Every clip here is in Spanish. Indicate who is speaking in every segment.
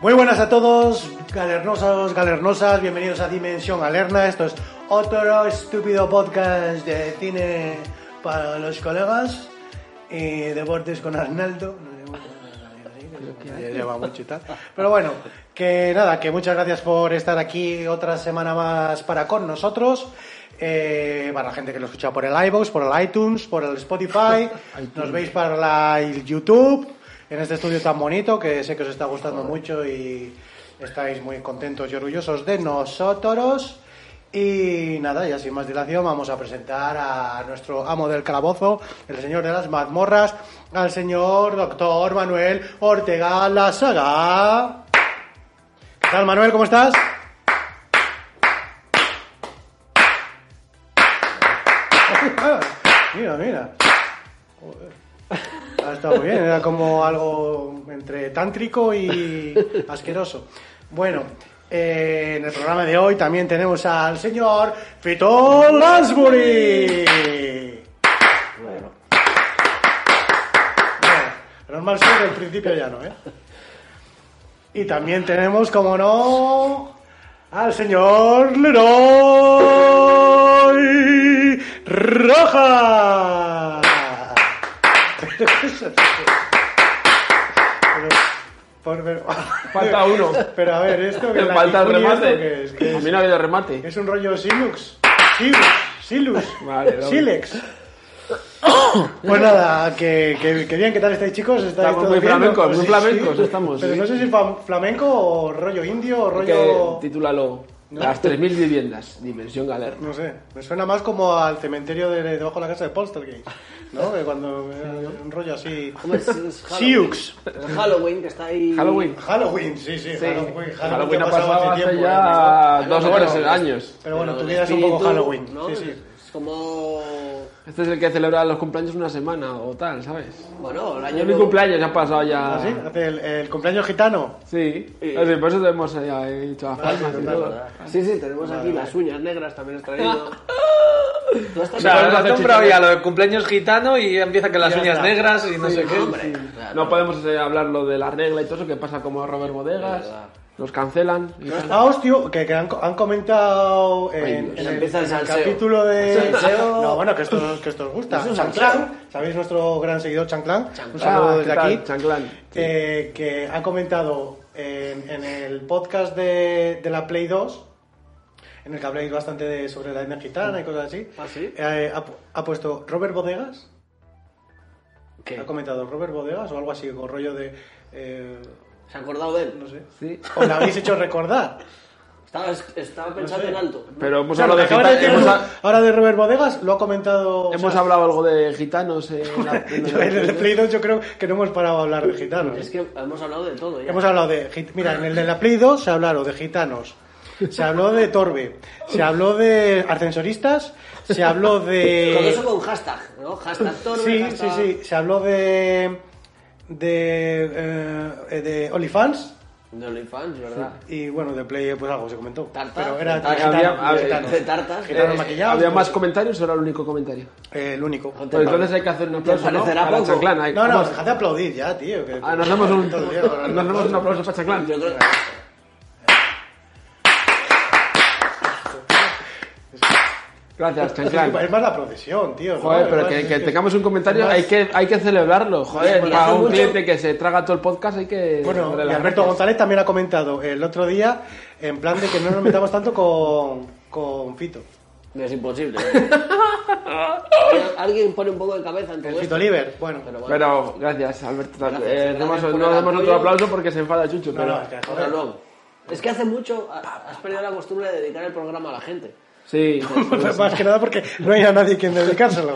Speaker 1: Muy buenas a todos, galernosos, galernosas, bienvenidos a Dimensión Alerna. Esto es otro estúpido podcast de cine para los colegas y deportes con Arnaldo. No le gusta así, que le lleva mucho y tal. Pero bueno, que nada, que muchas gracias por estar aquí otra semana más para con nosotros. Eh, para la gente que lo escucha por el iVoox, por el iTunes, por el Spotify, nos veis para la, el YouTube, en este estudio tan bonito que sé que os está gustando mucho y estáis muy contentos y orgullosos de nosotros. Y nada, ya sin más dilación, vamos a presentar a nuestro amo del calabozo, el señor de las mazmorras, al señor doctor Manuel Ortega La Saga. ¿Qué tal, Manuel? ¿Cómo estás? Mira, mira. Ha estado muy bien, era como algo entre tántrico y asqueroso. Bueno, eh, en el programa de hoy también tenemos al señor Fito Lansbury. Bueno. Bueno, normal sí que al principio ya no, ¿eh? Y también tenemos, como no, al señor Leroy Rojas. Pero, por ver-
Speaker 2: Falta uno.
Speaker 1: Pero a ver, esto que
Speaker 2: Me
Speaker 1: la
Speaker 2: falta el
Speaker 1: Kikuni, ¿esto
Speaker 2: remate.
Speaker 1: qué es? ¿Qué
Speaker 2: A
Speaker 1: es?
Speaker 2: mí no ha habido remate.
Speaker 1: Es un rollo Silux. Silux. Silux.
Speaker 2: Vale, vale.
Speaker 1: Silex. Pues nada, que, que, que bien, ¿qué tal estáis chicos? ¿Estáis
Speaker 2: Estamos
Speaker 1: todo
Speaker 2: muy
Speaker 1: bien, no?
Speaker 2: flamencos,
Speaker 1: Pues
Speaker 2: muy
Speaker 1: sí,
Speaker 2: flamencos
Speaker 1: sí.
Speaker 2: estamos,
Speaker 1: Pero
Speaker 2: sí.
Speaker 1: no sé si fam- flamenco o rollo indio o rollo...
Speaker 2: Que titúlalo. Las 3.000 viviendas. Dimensión galerna.
Speaker 1: No sé, me suena más como al cementerio de debajo de la casa de Poltergeist, ¿no? Que cuando era un rollo así...
Speaker 3: Hombre, es- es Halloween.
Speaker 1: Siux.
Speaker 3: Es Halloween que está ahí.
Speaker 2: Halloween.
Speaker 1: Halloween, sí, sí, Halloween.
Speaker 2: Halloween
Speaker 1: ya
Speaker 2: Mm. ha pasado
Speaker 1: hace
Speaker 2: hace
Speaker 1: tiempo,
Speaker 2: ya
Speaker 1: ¿eh?
Speaker 2: dos o
Speaker 1: Pero
Speaker 2: tres
Speaker 1: bueno,
Speaker 2: años.
Speaker 1: Pero bueno,
Speaker 3: Pero
Speaker 1: tu
Speaker 3: el
Speaker 1: vida es un
Speaker 3: espíritu,
Speaker 1: poco Halloween,
Speaker 3: ¿no?
Speaker 1: sí, sí.
Speaker 3: Es como.
Speaker 2: Este es el que celebra los cumpleaños una semana o tal, ¿sabes?
Speaker 3: Bueno, el año.
Speaker 2: Es mi
Speaker 3: nuevo-
Speaker 2: cumpleaños, ya ha pasado
Speaker 1: ¿Ah, sí?
Speaker 2: ya.
Speaker 1: Hace el, el cumpleaños gitano.
Speaker 2: Sí. Ah, sí, Por eso te hemos eh, hecho las palmas y todo.
Speaker 3: Sí, sí, tenemos aquí las uñas negras también has traído. Tú estás
Speaker 4: Claro,
Speaker 2: Podemos
Speaker 4: la
Speaker 2: hacer
Speaker 4: compra
Speaker 2: chistes.
Speaker 4: hoy a lo de cumpleaños gitano y empieza con las uñas
Speaker 3: está.
Speaker 4: negras y no sé qué.
Speaker 3: hombre.
Speaker 2: No podemos eh, hablar lo de la regla y todo eso que pasa como a Robert Bodegas.
Speaker 3: Verdad.
Speaker 2: Nos cancelan. y tal.
Speaker 1: Ah, hostia, que, que han, han comentado en,
Speaker 2: Dios.
Speaker 1: en el,
Speaker 3: Empieza el
Speaker 1: en el
Speaker 3: salseo.
Speaker 1: capítulo de...
Speaker 3: Salseo.
Speaker 1: No, bueno, que esto, que esto os gusta.
Speaker 3: Es un
Speaker 1: Chanclán,
Speaker 3: salseo.
Speaker 1: ¿sabéis nuestro gran seguidor Chanclán? Un
Speaker 2: Ah,
Speaker 1: saludo
Speaker 2: ¿qué
Speaker 1: desde
Speaker 2: tal,
Speaker 1: aquí.
Speaker 2: Chanclán.
Speaker 1: Eh, que han comentado en, en el podcast de, de la Play 2, en el que habláis bastante de- sobre la etnia gitana y cosas así,
Speaker 3: ¿Ah, sí?
Speaker 1: eh, ha, pu- ha puesto Robert Bodegas,
Speaker 3: ¿Qué?
Speaker 1: ha comentado Robert Bodegas o algo así, con rollo de... eh,
Speaker 3: ¿Se ha acordado de él?
Speaker 1: no sé.
Speaker 2: Sí.
Speaker 1: Os la habéis hecho recordar.
Speaker 3: Estaba, estaba pensando
Speaker 1: sé.
Speaker 3: en alto.
Speaker 2: Pero hemos
Speaker 1: O sea, lo
Speaker 2: hablado
Speaker 1: que
Speaker 2: de
Speaker 1: acaba de
Speaker 2: gitanos.
Speaker 1: decir
Speaker 2: hemos
Speaker 1: Ru-
Speaker 2: ha-
Speaker 1: ahora de Robert Bodegas lo ha comentado. o
Speaker 2: Hemos
Speaker 1: sea,
Speaker 2: hablado algo de gitanos eh, en la- en
Speaker 1: yo en el Play 2 yo creo que no hemos parado a hablar de gitanos.
Speaker 3: Es que hemos hablado de todo ya.
Speaker 1: Hemos hablado de. git- Mira, en el de la Play 2 se hablaron de gitanos, se habló de Torbe, se habló de ascensoristas, se habló
Speaker 3: Todo
Speaker 1: de.
Speaker 3: eso con hashtag, ¿no? Hashtag torre.
Speaker 1: Sí, sí,
Speaker 3: hashtag-
Speaker 1: sí, se habló de. de. eh, de OnlyFans.
Speaker 3: De OnlyFans, ¿verdad?
Speaker 1: Y bueno, de Play, pues algo se comentó.
Speaker 3: Tarta,
Speaker 1: Pero era
Speaker 3: tarta,
Speaker 1: gitano,
Speaker 2: había- había-
Speaker 1: gitanos.
Speaker 3: De tartas.
Speaker 1: Gitanos
Speaker 2: Eh,
Speaker 1: maquillados,
Speaker 2: Había
Speaker 1: pues,
Speaker 2: más comentarios, o era el único comentario.
Speaker 1: eh, el único.
Speaker 2: Pues entonces hay que hacer un aplauso. ¿no?
Speaker 3: parecerá
Speaker 2: Para
Speaker 3: poco.
Speaker 2: Chaclán, hay-
Speaker 1: No, no,
Speaker 2: vamos,
Speaker 1: dejad de aplaudir ya, tío. que-
Speaker 2: ah, nos damos un,
Speaker 1: Todo el día, ahora,
Speaker 2: nos damos un aplauso para Chaclán.
Speaker 3: Yo creo
Speaker 2: Gracias, Chaclán.
Speaker 1: Es más la procesión, tío. ¿no?
Speaker 2: Joder, pero
Speaker 1: Además,
Speaker 2: que,
Speaker 1: es
Speaker 2: que tengamos un comentario
Speaker 1: además-
Speaker 2: hay que, hay que celebrarlo. Joder,
Speaker 3: Porque
Speaker 2: para
Speaker 3: hace
Speaker 2: un
Speaker 3: mucho-
Speaker 2: cliente que se traga todo el podcast hay que.
Speaker 1: Bueno,
Speaker 2: darle
Speaker 1: y
Speaker 2: las
Speaker 1: Alberto
Speaker 2: gracias.
Speaker 1: González también ha comentado el otro día, en plan de que no nos metamos tanto con, con Fito.
Speaker 3: que es imposible. ¿eh? Alguien pone un poco de cabeza en todo
Speaker 1: El
Speaker 3: esto.
Speaker 1: Fito Oliver, bueno.
Speaker 3: Pues- Pero bueno.
Speaker 2: Pero gracias, Alberto.
Speaker 3: Gracias,
Speaker 2: Eh,
Speaker 3: gracias
Speaker 2: demos-
Speaker 3: por el
Speaker 2: no demos otro
Speaker 3: apoyo.
Speaker 2: aplauso porque se enfada Chucho,
Speaker 1: No,
Speaker 2: pero.
Speaker 1: no, es que,
Speaker 3: Ahora
Speaker 1: joder.
Speaker 3: luego. Es que hace mucho ha- has perdido la costumbre de dedicar el programa a la gente.
Speaker 2: Sí.
Speaker 1: Más que nada porque no hay a nadie quien dedicárselo.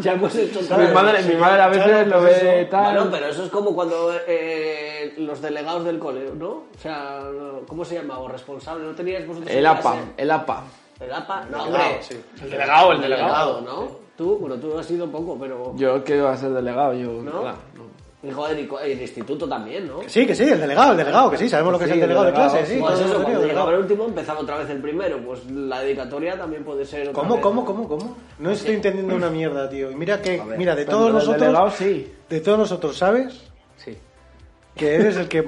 Speaker 3: Ya hemos hecho
Speaker 2: mi, madre, mi madre a veces
Speaker 1: Claro,
Speaker 2: lo
Speaker 1: pues
Speaker 2: ve
Speaker 1: eso.
Speaker 2: tal.
Speaker 3: Bueno, pero eso es como cuando eh, los delegados del cole, ¿no? O sea, ¿cómo se llama? O responsable, ¿no tenías vosotros?
Speaker 2: El
Speaker 3: en
Speaker 2: APA,
Speaker 3: clase?
Speaker 2: el APA.
Speaker 3: El APA, no,
Speaker 1: Claro,
Speaker 3: hombre.
Speaker 1: sí.
Speaker 4: El delegado, el
Speaker 3: El delegado, ¿no? Tú, bueno, tú has sido poco, pero...
Speaker 2: Yo que iba a ser delegado, yo.
Speaker 3: ¿No?
Speaker 2: nada, no.
Speaker 3: Y joder, y co- y el instituto también, ¿no?
Speaker 1: Que sí, que sí, el delegado, el delegado, que sí, sabemos lo que
Speaker 2: Sí,
Speaker 1: es el delegado,
Speaker 2: el
Speaker 1: de
Speaker 2: delegado.
Speaker 1: clase, sí.
Speaker 3: Pues
Speaker 1: todo
Speaker 3: eso,
Speaker 1: el
Speaker 3: cuando
Speaker 1: delegado, el
Speaker 3: llegaba el
Speaker 1: delegado.
Speaker 3: último empezaba otra vez el primero. Pues la dedicatoria también puede ser. otra
Speaker 1: ¿Cómo,
Speaker 3: vez.
Speaker 1: cómo, cómo, cómo? No estoy entendiendo una mierda, tío. Y mira que,
Speaker 2: A ver,
Speaker 1: mira, de
Speaker 2: pero
Speaker 1: todos
Speaker 2: el delegado
Speaker 1: nosotros,
Speaker 2: sí.
Speaker 1: de todos nosotros, ¿sabes?
Speaker 2: Sí.
Speaker 1: Que eres el que,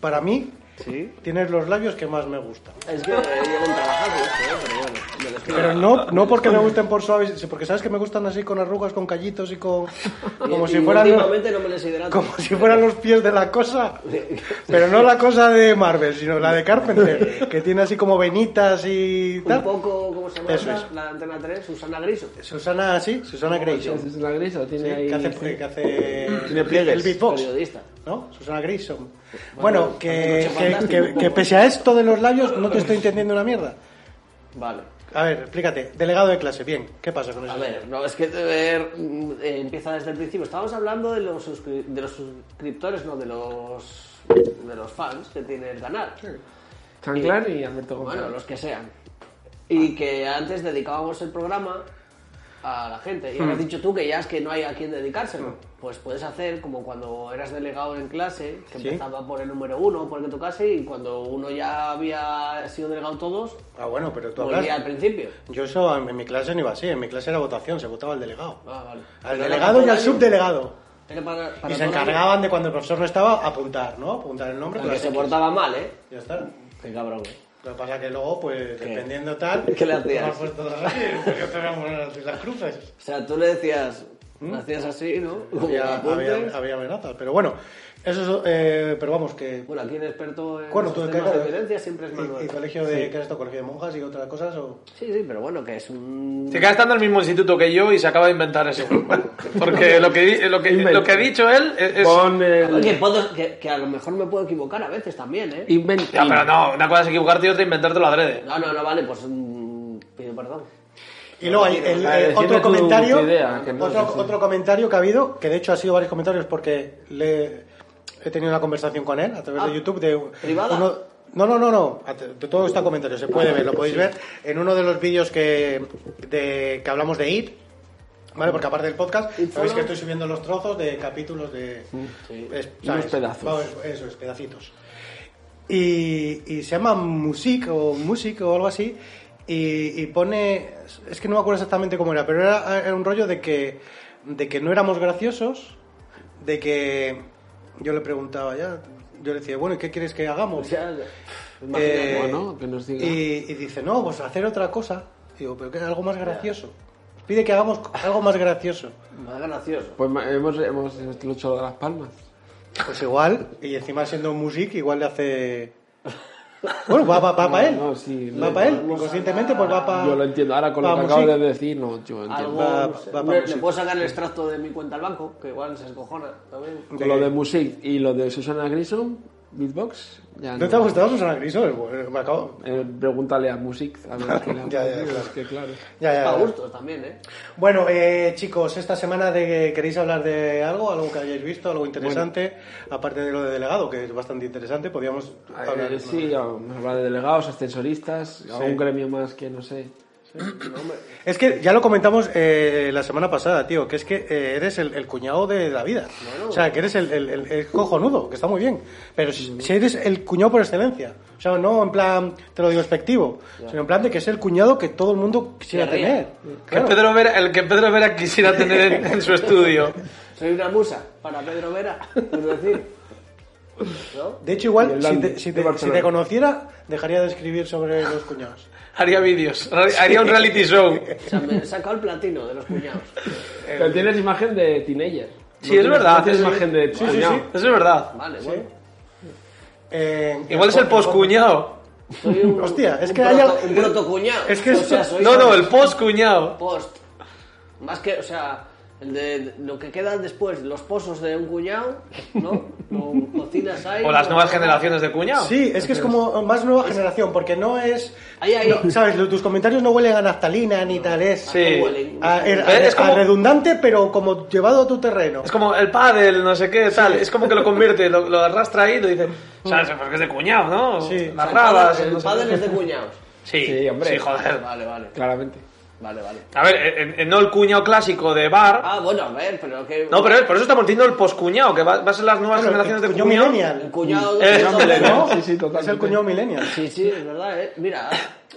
Speaker 1: para mí,
Speaker 4: Sí.
Speaker 1: Tienes los labios que más me gustan.
Speaker 3: Es que eh, llevo un trabajazo este, eh, pero bueno, me despido.
Speaker 1: Pero no, no porque me gusten por suaves, sí, porque sabes que me gustan así con arrugas, con callitos y con.
Speaker 3: Y-
Speaker 1: como
Speaker 3: y
Speaker 1: si fueran. los-
Speaker 3: Últimamente no me les hidrato.
Speaker 1: Como si fueran los pies de la cosa. Pero no la cosa de Marvel, sino la de Carpenter, que tiene así como venitas y
Speaker 3: Un
Speaker 1: tal.
Speaker 3: poco, ¿cómo se llama?
Speaker 1: Eso
Speaker 3: esa?
Speaker 1: es.
Speaker 3: La de Antena 3, Susana Griso.
Speaker 1: Susana, sí, Susana Grayson.
Speaker 2: ¿Es la grisa? Tiene
Speaker 1: Sí,
Speaker 2: ahí...
Speaker 1: que hace, que hace
Speaker 2: Tiene pliegues,
Speaker 1: el beatbox,
Speaker 3: Periodista.
Speaker 1: ¿no? Susana Grayson. Bueno, que, que-
Speaker 3: noche fantástica.
Speaker 1: que- que pese a esto de los labios, no te estoy entendiendo una mierda.
Speaker 3: Vale.
Speaker 1: A ver, explícate. Delegado de clase, bien. ¿Qué pasa con eso?
Speaker 3: A ver, no, es que eh, mm, eh, empieza desde el principio. Estábamos hablando de los, suscri- de los suscriptores, no, de los, de los fans que tiene el canal.
Speaker 2: Chanclán y Alberto González.
Speaker 3: Bueno, los que sean. Y que antes dedicábamos el programa a la gente.
Speaker 1: Hmm.
Speaker 3: Y ahora has dicho tú que ya es que no hay a quién dedicárselo. Pues puedes hacer como cuando eras delegado en clase, que
Speaker 1: Sí.
Speaker 3: empezaba por el número uno, por el que tocase, y cuando uno ya había sido delegado todos,
Speaker 1: Ah, bueno, pero tú
Speaker 3: volvía al
Speaker 1: hablas.
Speaker 3: principio.
Speaker 1: Yo eso en mi clase no iba así. En mi clase era votación, se votaba al delegado.
Speaker 3: Ah, vale.
Speaker 1: Al
Speaker 3: Pero era
Speaker 1: delegado
Speaker 3: para
Speaker 1: y al
Speaker 3: todo el año.
Speaker 1: subdelegado.
Speaker 3: Era para- para
Speaker 1: Y se
Speaker 3: todo el año.
Speaker 1: encargaban de cuando el profesor no estaba apuntar, ¿no? Apuntar el nombre.
Speaker 3: El que
Speaker 1: las
Speaker 3: se
Speaker 1: X.
Speaker 3: portaba mal, ¿eh?
Speaker 1: Ya está.
Speaker 3: Qué cabrón.
Speaker 1: Lo que pasa es que luego, pues, dependiendo tal...
Speaker 3: ¿Qué le hacías?
Speaker 1: me has puesto las- Yo te voy a poner así las cruces.
Speaker 3: O sea, tú le decías, hacías así, ¿no? Como
Speaker 1: ¿Mm? Había,
Speaker 3: apuntes.
Speaker 1: había- había amenazas, pero bueno, eso es, eh, pero vamos, que...
Speaker 3: Bueno, aquí el experto en
Speaker 1: Bueno, tú
Speaker 3: esos
Speaker 1: que-
Speaker 3: temas de violencia siempre es
Speaker 1: y-
Speaker 3: Manuel.
Speaker 1: ¿Y colegio de... qué has estado? ¿Colegio de monjas y otras cosas? O...
Speaker 3: Sí, sí, pero bueno, que es un...
Speaker 4: Se queda estando en el mismo instituto que yo y se acaba de inventar ese grupo. Porque lo que, di- lo que, lo que ha dicho él es... es-
Speaker 2: Pon
Speaker 3: Joder,
Speaker 2: el...
Speaker 3: Que, puedo- que- que a lo mejor me puedo equivocar a veces también, ¿eh?
Speaker 4: Ya,
Speaker 2: Inventiva.
Speaker 4: pero no, una cosa es equivocarte y otra inventártelo adrede.
Speaker 3: No, no, no, vale, pues mm, pido perdón.
Speaker 1: Y luego hay el-
Speaker 2: Vale,
Speaker 1: el
Speaker 2: defiende
Speaker 1: otro
Speaker 2: tu-
Speaker 1: comentario,
Speaker 2: tu idea, que no
Speaker 1: otro,
Speaker 2: es así.
Speaker 1: otro comentario que ha habido, que de hecho ha sido varios comentarios porque le, he tenido una conversación con él a través
Speaker 3: Ah,
Speaker 1: de YouTube de
Speaker 3: ¿privada?
Speaker 1: uno- no, no, no, no. a- de Todo está en comentario, se puede ver, lo podéis ver en uno de los vídeos que, de, que hablamos de IT, ¿vale? Porque aparte del podcast,
Speaker 3: It
Speaker 1: sabéis que
Speaker 3: Follows.
Speaker 1: estoy subiendo los trozos de capítulos de...
Speaker 3: sí.
Speaker 1: es-
Speaker 2: Unos pedazos.
Speaker 1: Vamos, Eso es, pedacitos. Y, y se llama Music o Music o algo así. Y, y pone. Es que no me acuerdo exactamente cómo era, pero era, era un rollo de que, de que no éramos graciosos. De que. Yo le preguntaba ya. Yo le decía, bueno, ¿y qué quieres que hagamos?
Speaker 3: O sea,
Speaker 1: Eh,
Speaker 2: bueno, que nos diga.
Speaker 1: Y, y dice, no, pues hacer otra cosa. Digo, pero que algo más gracioso. Pide que hagamos algo más gracioso.
Speaker 3: más gracioso.
Speaker 2: Pues ma- hemos, hemos, hemos luchado de las palmas.
Speaker 1: Pues igual, y encima siendo music, igual le hace. Bueno, va, va, va
Speaker 2: No,
Speaker 1: para él.
Speaker 2: no, sí,
Speaker 1: va
Speaker 2: no,
Speaker 1: para él,
Speaker 3: vamos a
Speaker 1: inconscientemente, pues va para.
Speaker 2: Yo lo entiendo. Ahora con lo que
Speaker 1: Vamos,
Speaker 2: acabas
Speaker 1: sí.
Speaker 2: de decir, no, yo entiendo.
Speaker 3: Algo,
Speaker 1: Va-
Speaker 3: no sé,
Speaker 1: va para
Speaker 3: le,
Speaker 1: música.
Speaker 3: le puedo sacar el extracto de mi cuenta al banco, que igual se escojona también.
Speaker 2: Con lo de Music y lo de Susana Grison, Beatbox, ya
Speaker 1: ¿No te ha gustado Susana Griso? Es bueno, Me acabo.
Speaker 2: Eh, pregúntale a Music, a ver qué le ha
Speaker 1: Ya, ya,
Speaker 2: parecido,
Speaker 1: claro.
Speaker 2: es que claro.
Speaker 1: Ya, ya,
Speaker 3: A
Speaker 1: ya.
Speaker 3: gustos también, ¿eh?
Speaker 1: Bueno, eh, chicos, esta semana de, queréis hablar de algo, algo que hayáis visto, algo interesante, aparte de lo de delegado, que es bastante interesante, podríamos hablar.
Speaker 2: Eh, sí, vamos a hablar de delegados, ascensoristas, algún gremio más que no sé.
Speaker 1: Eh, Es que ya lo comentamos eh, la semana pasada, tío, que es que eh, eres el, el cuñado de la vida. O sea, que eres el, el- el- el cojonudo, que está muy bien. Pero si, si eres el cuñado por excelencia. O sea, no en plan, te lo digo despectivo, sino en plan de que es el cuñado que todo el mundo quisiera
Speaker 3: Querría.
Speaker 1: tener. Claro.
Speaker 4: Que Pedro Vera, el que Pedro Vera quisiera tener en, en su estudio.
Speaker 3: Soy una musa para Pedro Vera, quiero decir. ¿No?
Speaker 1: De hecho, igual,
Speaker 2: Y
Speaker 1: si
Speaker 2: el
Speaker 1: te,
Speaker 2: Landy,
Speaker 1: si
Speaker 2: de
Speaker 1: te- si
Speaker 2: Barcelona.
Speaker 1: te conociera, dejaría de escribir sobre los cuñados.
Speaker 4: Haría vídeos, haría un reality show.
Speaker 3: O sea, me he sacado el platino de los cuñados.
Speaker 2: Pero tienes imagen de teenager.
Speaker 4: Sí, es
Speaker 2: No
Speaker 4: verdad,
Speaker 2: tienes-
Speaker 4: sí,
Speaker 2: no
Speaker 4: sí.
Speaker 2: tienes imagen de
Speaker 1: Sí, sí,
Speaker 2: cuñado.
Speaker 1: sí.
Speaker 4: Eso es verdad.
Speaker 3: Vale, bueno.
Speaker 1: Eh,
Speaker 4: Igual es el poscuñado.
Speaker 3: Soy un,
Speaker 1: Hostia, es
Speaker 3: un
Speaker 1: que hay
Speaker 3: proto,
Speaker 1: al-
Speaker 3: un protocuñado.
Speaker 1: Es que
Speaker 3: O
Speaker 1: es-
Speaker 3: sea, soy
Speaker 4: No, no,
Speaker 3: un-
Speaker 4: el poscuñado.
Speaker 3: post. Más que, o sea, el de lo que queda después, los pozos de un cuñado, ¿no? O cocinas ahí.
Speaker 4: O las nuevas generaciones de cuñado.
Speaker 1: Sí, es que es como más nueva generación, porque no es...
Speaker 3: Ahí, Ah, ahí.
Speaker 1: no, ¿Sabes? Lo- Tus comentarios no huelen a naftalina ni tal, es...
Speaker 4: Sí.
Speaker 1: A, a-
Speaker 3: Huelen.
Speaker 1: a-
Speaker 4: Es como-
Speaker 1: a redundante, pero como llevado a tu terreno.
Speaker 4: Es como el pádel, no sé qué, tal. Es como que lo convierte, lo, lo arrastra ahí y lo dice. ¿Sabes? Porque es de cuñado, ¿no?
Speaker 1: Sí.
Speaker 3: O
Speaker 4: Las
Speaker 3: sea,
Speaker 4: rabas.
Speaker 3: El
Speaker 4: no sé qué.
Speaker 3: padre es de cuñados.
Speaker 4: Sí,
Speaker 2: Sí, hombre.
Speaker 4: Sí, joder.
Speaker 3: Vale, vale.
Speaker 2: Claramente.
Speaker 3: Vale, vale.
Speaker 4: A ver, eh, eh, no el cuñado clásico de bar.
Speaker 3: Ah, bueno, a ver, pero que.
Speaker 4: No, pero es- por eso estamos diciendo el poscuñado, que va, va a ser las nuevas
Speaker 1: Bueno,
Speaker 4: generaciones de
Speaker 1: cuñado
Speaker 4: cuñado.
Speaker 3: El
Speaker 1: millennial.
Speaker 3: cuñado.
Speaker 4: Eh,
Speaker 3: de-
Speaker 4: no,
Speaker 1: ¿no?
Speaker 2: Sí, sí, totalmente.
Speaker 1: Es el cuñado millennial.
Speaker 3: Sí, sí, es verdad, ¿eh? Mira,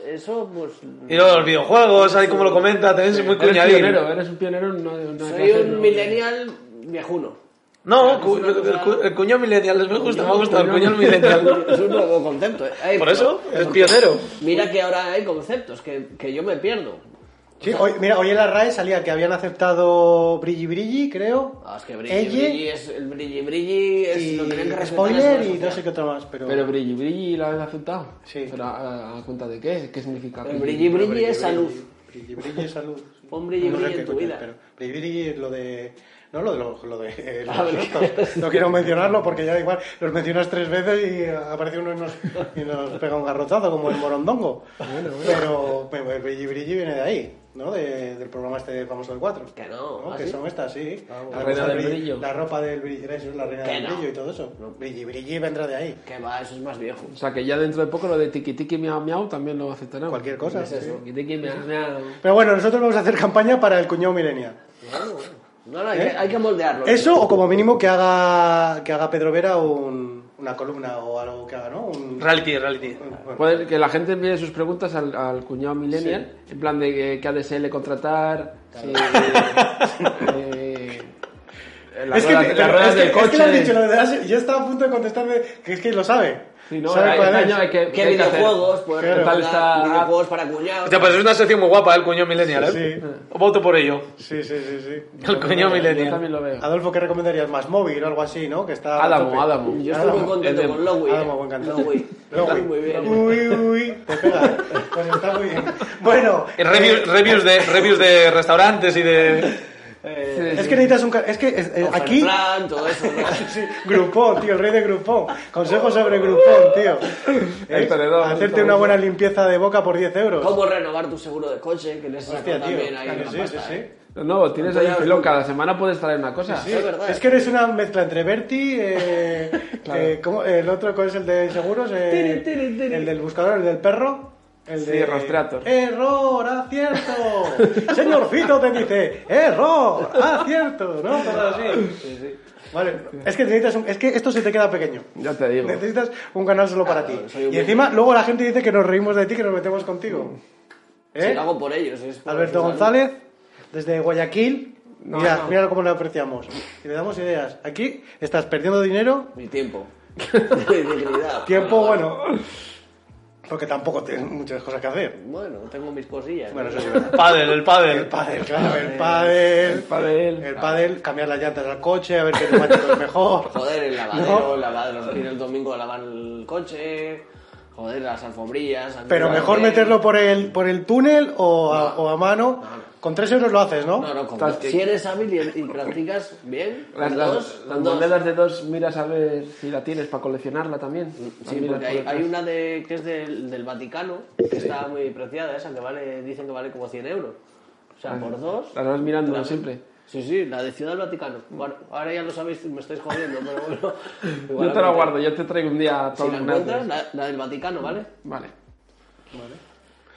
Speaker 3: eso, pues.
Speaker 4: Y luego los videojuegos, ahí como lo comenta, también es muy
Speaker 2: Eres
Speaker 4: cuñadín.
Speaker 2: pionero, eres un pionero en una, en una
Speaker 3: Soy
Speaker 2: clase,
Speaker 3: un
Speaker 2: ¿no?
Speaker 3: millennial viejuno.
Speaker 4: No, cu- el, cu- el cuño millennial, me gusta, me ha gustado el cuño millennial.
Speaker 3: Es un nuevo concepto. eh. Ay,
Speaker 4: Por eso, es pionero.
Speaker 3: Mira que ahora hay conceptos que, que yo me pierdo.
Speaker 1: Sí, hoy- mira, hoy en la RAE salía que habían aceptado Brilli Brilli, creo.
Speaker 3: Ah, es que brilli,
Speaker 1: Elle
Speaker 3: brilli es, el brilli, brilli es lo tenían que
Speaker 1: y
Speaker 3: respetar
Speaker 1: Spoiler
Speaker 3: en
Speaker 1: y
Speaker 3: esta
Speaker 1: no sé qué otro más, pero...
Speaker 2: Pero Brilli Brilli la han aceptado.
Speaker 1: Sí.
Speaker 2: Pero a, a cuenta de qué, qué significa.
Speaker 3: El Brilli Brilli es salud.
Speaker 1: Brilli Brilli es salud. sí.
Speaker 3: Pon Brilli
Speaker 1: No sé
Speaker 3: Brilli
Speaker 1: qué
Speaker 3: en tu
Speaker 1: coño,
Speaker 3: vida.
Speaker 1: pero Brilli Brilli es lo de... No, lo de los... Lo de, eh, los
Speaker 3: A ver,
Speaker 1: sustos. no quiero mencionarlo porque ya da igual, los mencionas tres veces y aparece uno y nos, y nos pega un garrotazo como el morondongo. Pero bueno, el Brilli Brilli viene de ahí, ¿no? De- del programa este famoso del 4.
Speaker 3: Que no, ¿ah,
Speaker 1: que
Speaker 3: sí?
Speaker 1: son estas, sí.
Speaker 2: La reina del brillo.
Speaker 1: La ropa del brillo, eso es la reina
Speaker 3: Que
Speaker 1: del
Speaker 3: no.
Speaker 1: brillo y todo eso. Brilli Brilli vendrá de ahí.
Speaker 3: Que va, eso es más viejo.
Speaker 2: O sea que ya dentro de poco lo de tiki tiki miau miau también lo aceptarán.
Speaker 1: Cualquier cosa,
Speaker 2: Es eso,
Speaker 1: sí.
Speaker 2: tiki tiki miau miau.
Speaker 1: Pero bueno, nosotros vamos a hacer campaña para el cuñado milenial.
Speaker 3: No, no, hay,
Speaker 1: ¿Eh?
Speaker 3: que, hay que moldearlo.
Speaker 1: Eso o como mínimo que haga que haga Pedro Vera un- una columna o algo que haga, ¿no? Un-
Speaker 4: Reality, reality.
Speaker 1: bueno,
Speaker 2: Puede que la gente envíe sus preguntas al, al cuñado millennial, en plan de que- qué ADSL contratar, si, eh, las
Speaker 1: es que, pero es que-
Speaker 2: ruedas- las ruedas
Speaker 1: es
Speaker 2: del
Speaker 1: que le
Speaker 2: coche.
Speaker 1: has dicho lo de las- yo estaba a punto de contestar de- que es que lo sabe.
Speaker 2: Sí, no,
Speaker 1: sabe
Speaker 2: hay-
Speaker 1: cuál
Speaker 2: este
Speaker 1: es.
Speaker 2: año hay que-
Speaker 3: ¿Qué
Speaker 2: hay que hacer.
Speaker 3: videojuegos? Poder
Speaker 1: Claro.
Speaker 2: Tal
Speaker 3: recomendar
Speaker 2: está- pues,
Speaker 3: videojuegos para cuñados.
Speaker 4: Te parece pues una sección muy guapa el cuño millennial, ¿eh?
Speaker 1: Sí.
Speaker 4: Voto por ello.
Speaker 1: Sí, sí, sí, sí.
Speaker 4: El cuño
Speaker 2: Yo
Speaker 4: millennial.
Speaker 2: también lo veo.
Speaker 1: Adolfo, ¿qué recomendarías? Más móvil o algo así, ¿no? Que está a
Speaker 2: Adamo,
Speaker 1: tope.
Speaker 2: Adamo.
Speaker 3: Yo estoy muy
Speaker 1: Adamo,
Speaker 2: el
Speaker 3: contento
Speaker 2: de-
Speaker 3: con Lowy. eh.
Speaker 1: Adamo, buen cantante.
Speaker 3: Lowy.
Speaker 1: Lowy.
Speaker 3: Está muy bien.
Speaker 1: Uy, uy, te pega. ¿eh? Pues está muy bien. Bueno,
Speaker 4: Y
Speaker 1: Eh.
Speaker 4: Reviews, reviews, de, reviews de restaurantes y de...
Speaker 2: Sí,
Speaker 1: eh, es
Speaker 2: sí.
Speaker 1: que necesitas un ca- es que es- eh, aquí
Speaker 3: Plan, todo eso. ¿no?
Speaker 1: Sí, Grupón, tío, el rey de Grupón. Consejo sobre Grupón, tío. Eh,
Speaker 2: El tenedor,
Speaker 1: hacerte
Speaker 2: famoso.
Speaker 1: una buena limpieza de boca por 10 euros.
Speaker 3: ¿Cómo renovar tu seguro de coche? Que les
Speaker 1: Hostia, tío.
Speaker 3: también ahí
Speaker 1: Claro,
Speaker 3: una
Speaker 1: sí, sí,
Speaker 3: pasta,
Speaker 1: sí.
Speaker 3: eh.
Speaker 2: No, no, tienes ahí pilón, cada semana puedes traer una cosa.
Speaker 1: Sí,
Speaker 3: es verdad.
Speaker 1: Es que eres una mezcla entre Berti, eh, eh, ¿cómo- el otro, ¿cuál es el de seguros? Eh,
Speaker 3: Tiri, tiri, tiri.
Speaker 1: El del buscador, el del perro. El
Speaker 2: Sí,
Speaker 1: de
Speaker 2: Rastreator.
Speaker 1: Error, acierto. Señorcito te dice, error, acierto, ¿no? Todo así. Vale, es que necesitas un- es que esto se te queda pequeño.
Speaker 2: Ya te digo.
Speaker 1: Necesitas un canal solo para ti.
Speaker 3: soy un
Speaker 1: Y encima, luego la gente dice que nos reímos de ti, que nos metemos contigo.
Speaker 3: Sí,
Speaker 1: ¿Eh?
Speaker 3: lo hago por ellos. es por
Speaker 1: Alberto
Speaker 3: ellos,
Speaker 1: González, desde Guayaquil.
Speaker 2: No,
Speaker 1: mira,
Speaker 2: no.
Speaker 1: mira cómo le apreciamos. Y le damos ideas. Aquí estás perdiendo dinero,
Speaker 3: Mi tiempo. Mi dignidad.
Speaker 1: tiempo, bueno. Porque tampoco tienes muchas cosas que hacer.
Speaker 3: Bueno, tengo mis cosillas.
Speaker 1: Bueno,
Speaker 3: ¿no?
Speaker 1: eso sí, verdad.
Speaker 4: Pádel, el
Speaker 1: El
Speaker 4: pádel.
Speaker 1: pádel, claro, el pádel.
Speaker 2: Para él.
Speaker 1: El pádel, cambiar las llantas al coche, a ver qué neumático es mejor.
Speaker 3: Joder, el lavadero, lavar, ir el domingo a lavar el coche, joder, las alfombrillas.
Speaker 1: Pero
Speaker 3: antes de
Speaker 1: mejor
Speaker 3: dormir.
Speaker 1: meterlo por el, por el túnel o a, o a mano. Con 3 euros lo haces, ¿no?
Speaker 3: No, no, con
Speaker 2: Estás-
Speaker 3: dos. Si eres hábil y, y practicas bien, con
Speaker 2: Las, las-
Speaker 3: dos,
Speaker 2: las
Speaker 3: con dos.
Speaker 2: monedas de dos miras a ver si la tienes para coleccionarla también.
Speaker 3: Sí,
Speaker 2: También
Speaker 3: porque
Speaker 2: las
Speaker 3: hay,
Speaker 2: coleccionas.
Speaker 3: hay una de, que es del, del Vaticano, que está muy preciada, esa que vale, dicen que vale como 100 euros. O sea, por dos.
Speaker 2: Las vas mirando siempre.
Speaker 3: Sí, sí, la de Ciudad del Vaticano. Bueno, ahora ya lo sabéis, me estáis jodiendo, pero bueno.
Speaker 2: Yo te la guardo, yo te traigo un día
Speaker 3: Si
Speaker 2: todos
Speaker 3: la
Speaker 2: los
Speaker 3: encuentras,
Speaker 2: meses.
Speaker 3: la, la del Vaticano, ¿vale?
Speaker 2: Vale.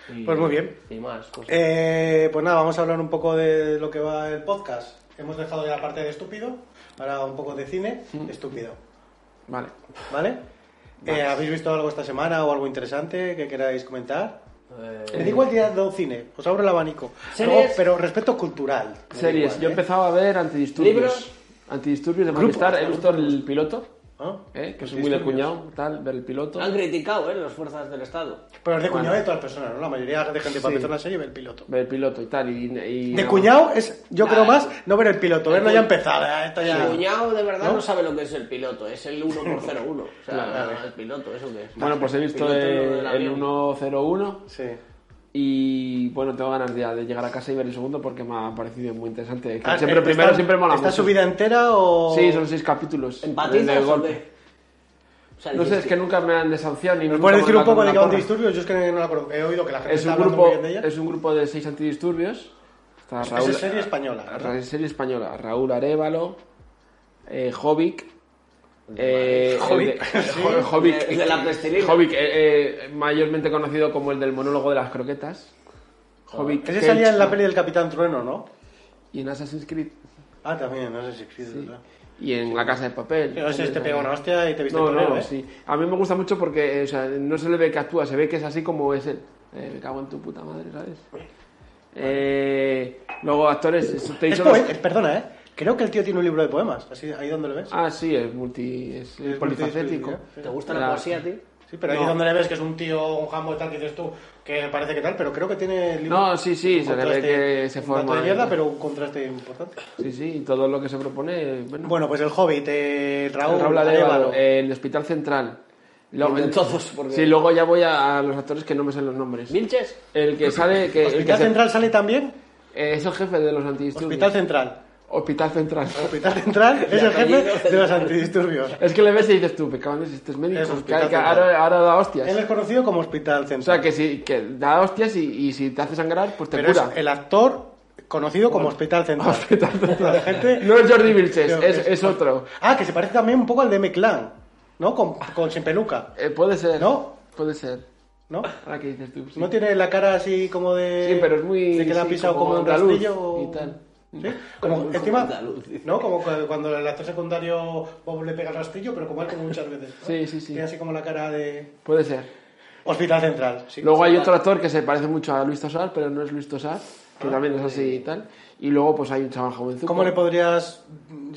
Speaker 3: Y-
Speaker 1: Pues muy bien.
Speaker 3: Y más cosas.
Speaker 1: Eh, pues nada, vamos a hablar un poco de lo que va el podcast. Hemos dejado ya la parte de estúpido, ahora un poco de cine,
Speaker 2: Mm.
Speaker 1: estúpido.
Speaker 2: Vale.
Speaker 1: ¿Vale? Eh, ¿Habéis visto algo esta semana o algo interesante que queráis comentar?
Speaker 3: Eh,
Speaker 1: Me da igual ya no cine, os abro el abanico.
Speaker 3: ¿Series?
Speaker 1: Luego, pero respeto cultural. Me da
Speaker 2: Series.
Speaker 1: igual,
Speaker 2: yo
Speaker 1: ¿eh?
Speaker 2: he empezado a ver antidisturbios.
Speaker 3: Libros.
Speaker 2: Antidisturbios de Movistar. He visto el piloto,
Speaker 1: ¿Ah?
Speaker 2: eh, que soy muy de cuñado, tal, ver el piloto.
Speaker 3: han criticado, ¿eh? Las fuerzas del Estado.
Speaker 1: Pero es de cuñado de todas las personas, ¿no? La mayoría de gente para empezar una serie ve el piloto.
Speaker 2: Ver el piloto y tal. Y, y-
Speaker 1: De
Speaker 2: no.
Speaker 1: cuñado es, yo creo
Speaker 3: Nah,
Speaker 1: más, no ver el piloto, verlo ya empezar. ¿eh? Esto ya-
Speaker 3: El cuñado de verdad ¿No? sabe lo que es el piloto, es el 1x01. O sea, el piloto, ¿eso qué es?
Speaker 2: Bueno, pues he visto
Speaker 3: Piloto
Speaker 2: el,
Speaker 3: del
Speaker 2: el
Speaker 3: avión.
Speaker 2: 101
Speaker 1: Sí.
Speaker 2: y bueno, tengo ganas ya de llegar a casa y ver el segundo porque me ha parecido muy interesante. Que
Speaker 1: Ah,
Speaker 2: siempre
Speaker 1: eh,
Speaker 2: primero
Speaker 1: está-
Speaker 2: siempre mola
Speaker 1: ¿Está
Speaker 2: mucho.
Speaker 1: subida entera o...?
Speaker 2: Sí, son seis capítulos.
Speaker 3: ¿Empatitas
Speaker 2: De
Speaker 3: o
Speaker 2: golpe.
Speaker 3: qué? O sea,
Speaker 2: No sé, es que nunca me han desahuciado ni
Speaker 1: ¿Nos
Speaker 2: nunca
Speaker 1: puedes
Speaker 2: me
Speaker 1: decir
Speaker 2: han
Speaker 1: un poco de qué va
Speaker 2: dado una porra.
Speaker 1: antidisturbios? Yo es que no la conozco. He oído que la gente
Speaker 2: Es
Speaker 1: está
Speaker 2: un,
Speaker 1: hablando
Speaker 2: grupo,
Speaker 1: muy bien de ella.
Speaker 2: es un grupo de seis antidisturbios. Está
Speaker 1: Esa
Speaker 2: Raúl,
Speaker 1: es serie española, ¿no?
Speaker 2: Ra- serie española. Raúl Arevalo, eh, Jovic. Eh,
Speaker 4: Jovic.
Speaker 2: el de- Jo- Jovic.
Speaker 3: El de la plastilina.
Speaker 2: Jovic, eh, eh, mayormente conocido como el del monólogo de las croquetas. Jovic.
Speaker 1: Ese
Speaker 2: Cage,
Speaker 1: salía en la peli del Capitán Trueno, ¿no?
Speaker 2: Y en Assassin's Creed.
Speaker 1: Ah, también, no sé si escribe, ¿verdad?
Speaker 2: Y en La Casa de Papel.
Speaker 1: Pero ese te pega una hostia y te viste
Speaker 2: No,
Speaker 1: con
Speaker 2: no,
Speaker 1: él, ¿eh?
Speaker 2: sí. A mí me gusta mucho porque eh, o sea, no se le ve que actúa, se ve que es así como es él. Eh, me cago en tu puta madre, ¿sabes? Eh, luego, actores, eso te he
Speaker 1: Es
Speaker 2: dicho
Speaker 1: poe-
Speaker 2: los-
Speaker 1: eh, Perdona, ¿eh? Creo que el tío tiene un libro de poemas, así ahí donde lo ves.
Speaker 2: Ah, sí, es multi. Es, es polifacético.
Speaker 1: multidisciplinar,
Speaker 3: ¿Te gusta
Speaker 2: Claro.
Speaker 3: la poesía a ti?
Speaker 1: Sí, pero ahí donde le ves que es un tío, un jambo y tal, que dices tú, que parece que tal, pero creo que tiene libro.
Speaker 2: No, sí, sí,
Speaker 1: un
Speaker 2: se le ve
Speaker 1: contraste-
Speaker 2: que se
Speaker 1: un dato
Speaker 2: forma
Speaker 1: de
Speaker 2: ahí.
Speaker 1: mierda, pero un contraste importante.
Speaker 2: Sí, sí, todo lo que se propone. Bueno,
Speaker 1: Bueno, pues el Hobbit, eh, Raúl,
Speaker 2: Raúl Arevalo, eh,
Speaker 1: Arevalo.
Speaker 2: el Hospital Central. Luego,
Speaker 3: de todos, porque-
Speaker 2: Sí, luego ya voy a, a los actores que no me sé los nombres.
Speaker 3: ¿Vilches?
Speaker 2: El que sale. Que, el que
Speaker 1: ¿Hospital
Speaker 2: se-
Speaker 1: Central sale también?
Speaker 2: eh, es el jefe de los antidisturbios.
Speaker 1: Hospital Central.
Speaker 2: Hospital Central.
Speaker 1: Hospital Central es el
Speaker 3: apellido
Speaker 1: jefe de los antidisturbios.
Speaker 2: Es que le ves y dices tú, me cago en este es médico.
Speaker 1: Es
Speaker 2: que-
Speaker 1: Hospital
Speaker 2: que
Speaker 1: Central.
Speaker 2: ahora, ahora da hostias.
Speaker 1: Él es conocido como Hospital
Speaker 2: O
Speaker 1: Central.
Speaker 2: sea, que si que da hostias y, y si te hace sangrar, pues te
Speaker 1: pero es
Speaker 2: cura.
Speaker 1: el actor conocido como Hospital Central.
Speaker 2: Hospital Central.
Speaker 1: La gente-
Speaker 2: No es Jordi Vilches,
Speaker 1: Creo que
Speaker 2: es, es otro.
Speaker 1: Ah, que se parece también un poco al de McLan, ¿no? Con, con sin peluca,
Speaker 2: Eh, puede ser.
Speaker 1: ¿No?
Speaker 2: Puede ser.
Speaker 1: ¿no?
Speaker 2: Ahora que dices tú. sí.
Speaker 1: No tiene la cara así como de.
Speaker 2: Sí, pero es muy-
Speaker 1: De que la ha
Speaker 2: sí,
Speaker 1: pisado
Speaker 2: como
Speaker 1: como, un
Speaker 2: andaluz
Speaker 1: rastrillo. o-
Speaker 2: y tal.
Speaker 1: ¿Sí? Como,
Speaker 3: Como
Speaker 1: encima,
Speaker 3: andaluz, dice.
Speaker 1: ¿no? Como cu- cuando el actor secundario Bob le pega el rastrillo, pero como él, como muchas veces. ¿no?
Speaker 2: Sí, sí, sí.
Speaker 1: Tiene así como la cara de.
Speaker 2: Puede ser.
Speaker 1: Hospital Central, sí.
Speaker 2: Luego hay otro actor que se parece mucho a Luis Tosar, pero no es Luis Tosar, que también es así y tal. Y luego pues hay un chaval jovenzuco.
Speaker 1: Ah, ¿Cómo le podrías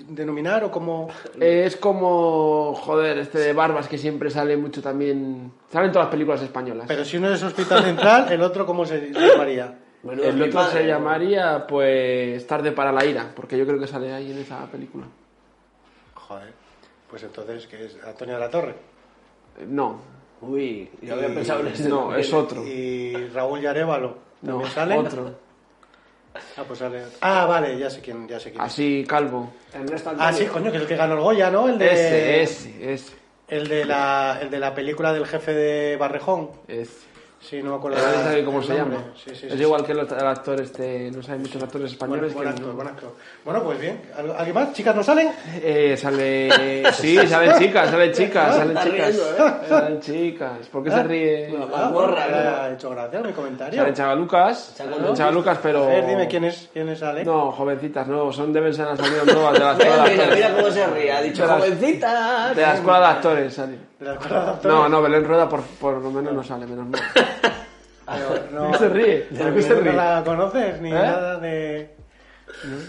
Speaker 1: denominar o cómo.?
Speaker 2: Eh, es como, joder, este de Barbas que siempre sale mucho también... Sale en todas las películas españolas.
Speaker 1: Pero si uno es Hospital Central, el otro, ¿cómo se llamaría?
Speaker 3: Menudo ¿eh?
Speaker 2: El otro
Speaker 3: flipada,
Speaker 2: se
Speaker 3: ¿no?
Speaker 2: llamaría, pues, Tarde para la ira, porque yo creo que sale ahí en esa película.
Speaker 1: Joder. Pues entonces, ¿qué es? Antonio de la Torre.
Speaker 2: Eh, No,
Speaker 3: Uy, yo había
Speaker 1: Y-
Speaker 3: pensado en ese.
Speaker 2: no, es otro.
Speaker 1: Y Raúl Yarevalo.
Speaker 2: No,
Speaker 1: ¿También sale?
Speaker 2: otro.
Speaker 1: Ah, pues sale. Ah, vale, ya sé quién, ya sé quién.
Speaker 2: Así, calvo.
Speaker 3: Ernesto Antonio.
Speaker 1: Ah, sí, coño, que es el que ganó el Goya, ¿no? El de,
Speaker 2: Ese, ese, ese,
Speaker 1: El de, la, el de la película del jefe de Barrejón.
Speaker 2: ese.
Speaker 1: Sí, no me acuerdo.
Speaker 2: Pero nadie
Speaker 1: el-
Speaker 2: sabe cómo
Speaker 1: Ah, el
Speaker 2: se
Speaker 1: nombre.
Speaker 2: llama.
Speaker 1: Sí, sí,
Speaker 2: es
Speaker 1: sí, sí.
Speaker 2: igual que el, otro- el actor este, no sé, hay muchos actores
Speaker 1: Buen,
Speaker 2: españoles
Speaker 1: buen
Speaker 2: que...
Speaker 1: actor,
Speaker 2: no-
Speaker 1: buen actor. Bueno, pues bien. ¿Al- ¿Alguien más? ¿Chicas no salen?
Speaker 2: Eh, sale... Sí, salen chicas, salen chicas, salen
Speaker 3: Está
Speaker 2: chicas.
Speaker 3: riendo, ¿eh?
Speaker 2: Salen chicas. ¿Por qué se ríe?
Speaker 3: Bueno,
Speaker 1: Ah, Ah,
Speaker 3: mazmorra,
Speaker 1: me
Speaker 3: ¿no?
Speaker 1: ha hecho gracia mi comentario.
Speaker 2: Salen chavalucas,
Speaker 3: Chavalucas.
Speaker 2: salen chavalucas, pero...
Speaker 1: A ver, dime quién es, quién es Ale.
Speaker 2: No, jovencitas, no, son deben ser las amigas nuevas de la escuela
Speaker 3: ¿Eh? Mira,
Speaker 2: de
Speaker 3: mira, mira
Speaker 2: actores.
Speaker 3: cómo se ríe. Ha dicho
Speaker 2: De las-
Speaker 3: jovencita.
Speaker 2: De la escuela de actores, salen.
Speaker 1: De la escuela de actores.
Speaker 2: No, no, Belén Rueda por, por lo menos no sale, menos mal.
Speaker 1: Pero
Speaker 2: ¿Por qué se ríe?
Speaker 1: Pero
Speaker 2: ¿Por qué se
Speaker 1: que
Speaker 2: ríe?
Speaker 1: No la conoces ni
Speaker 2: ¿Eh?
Speaker 1: nada de.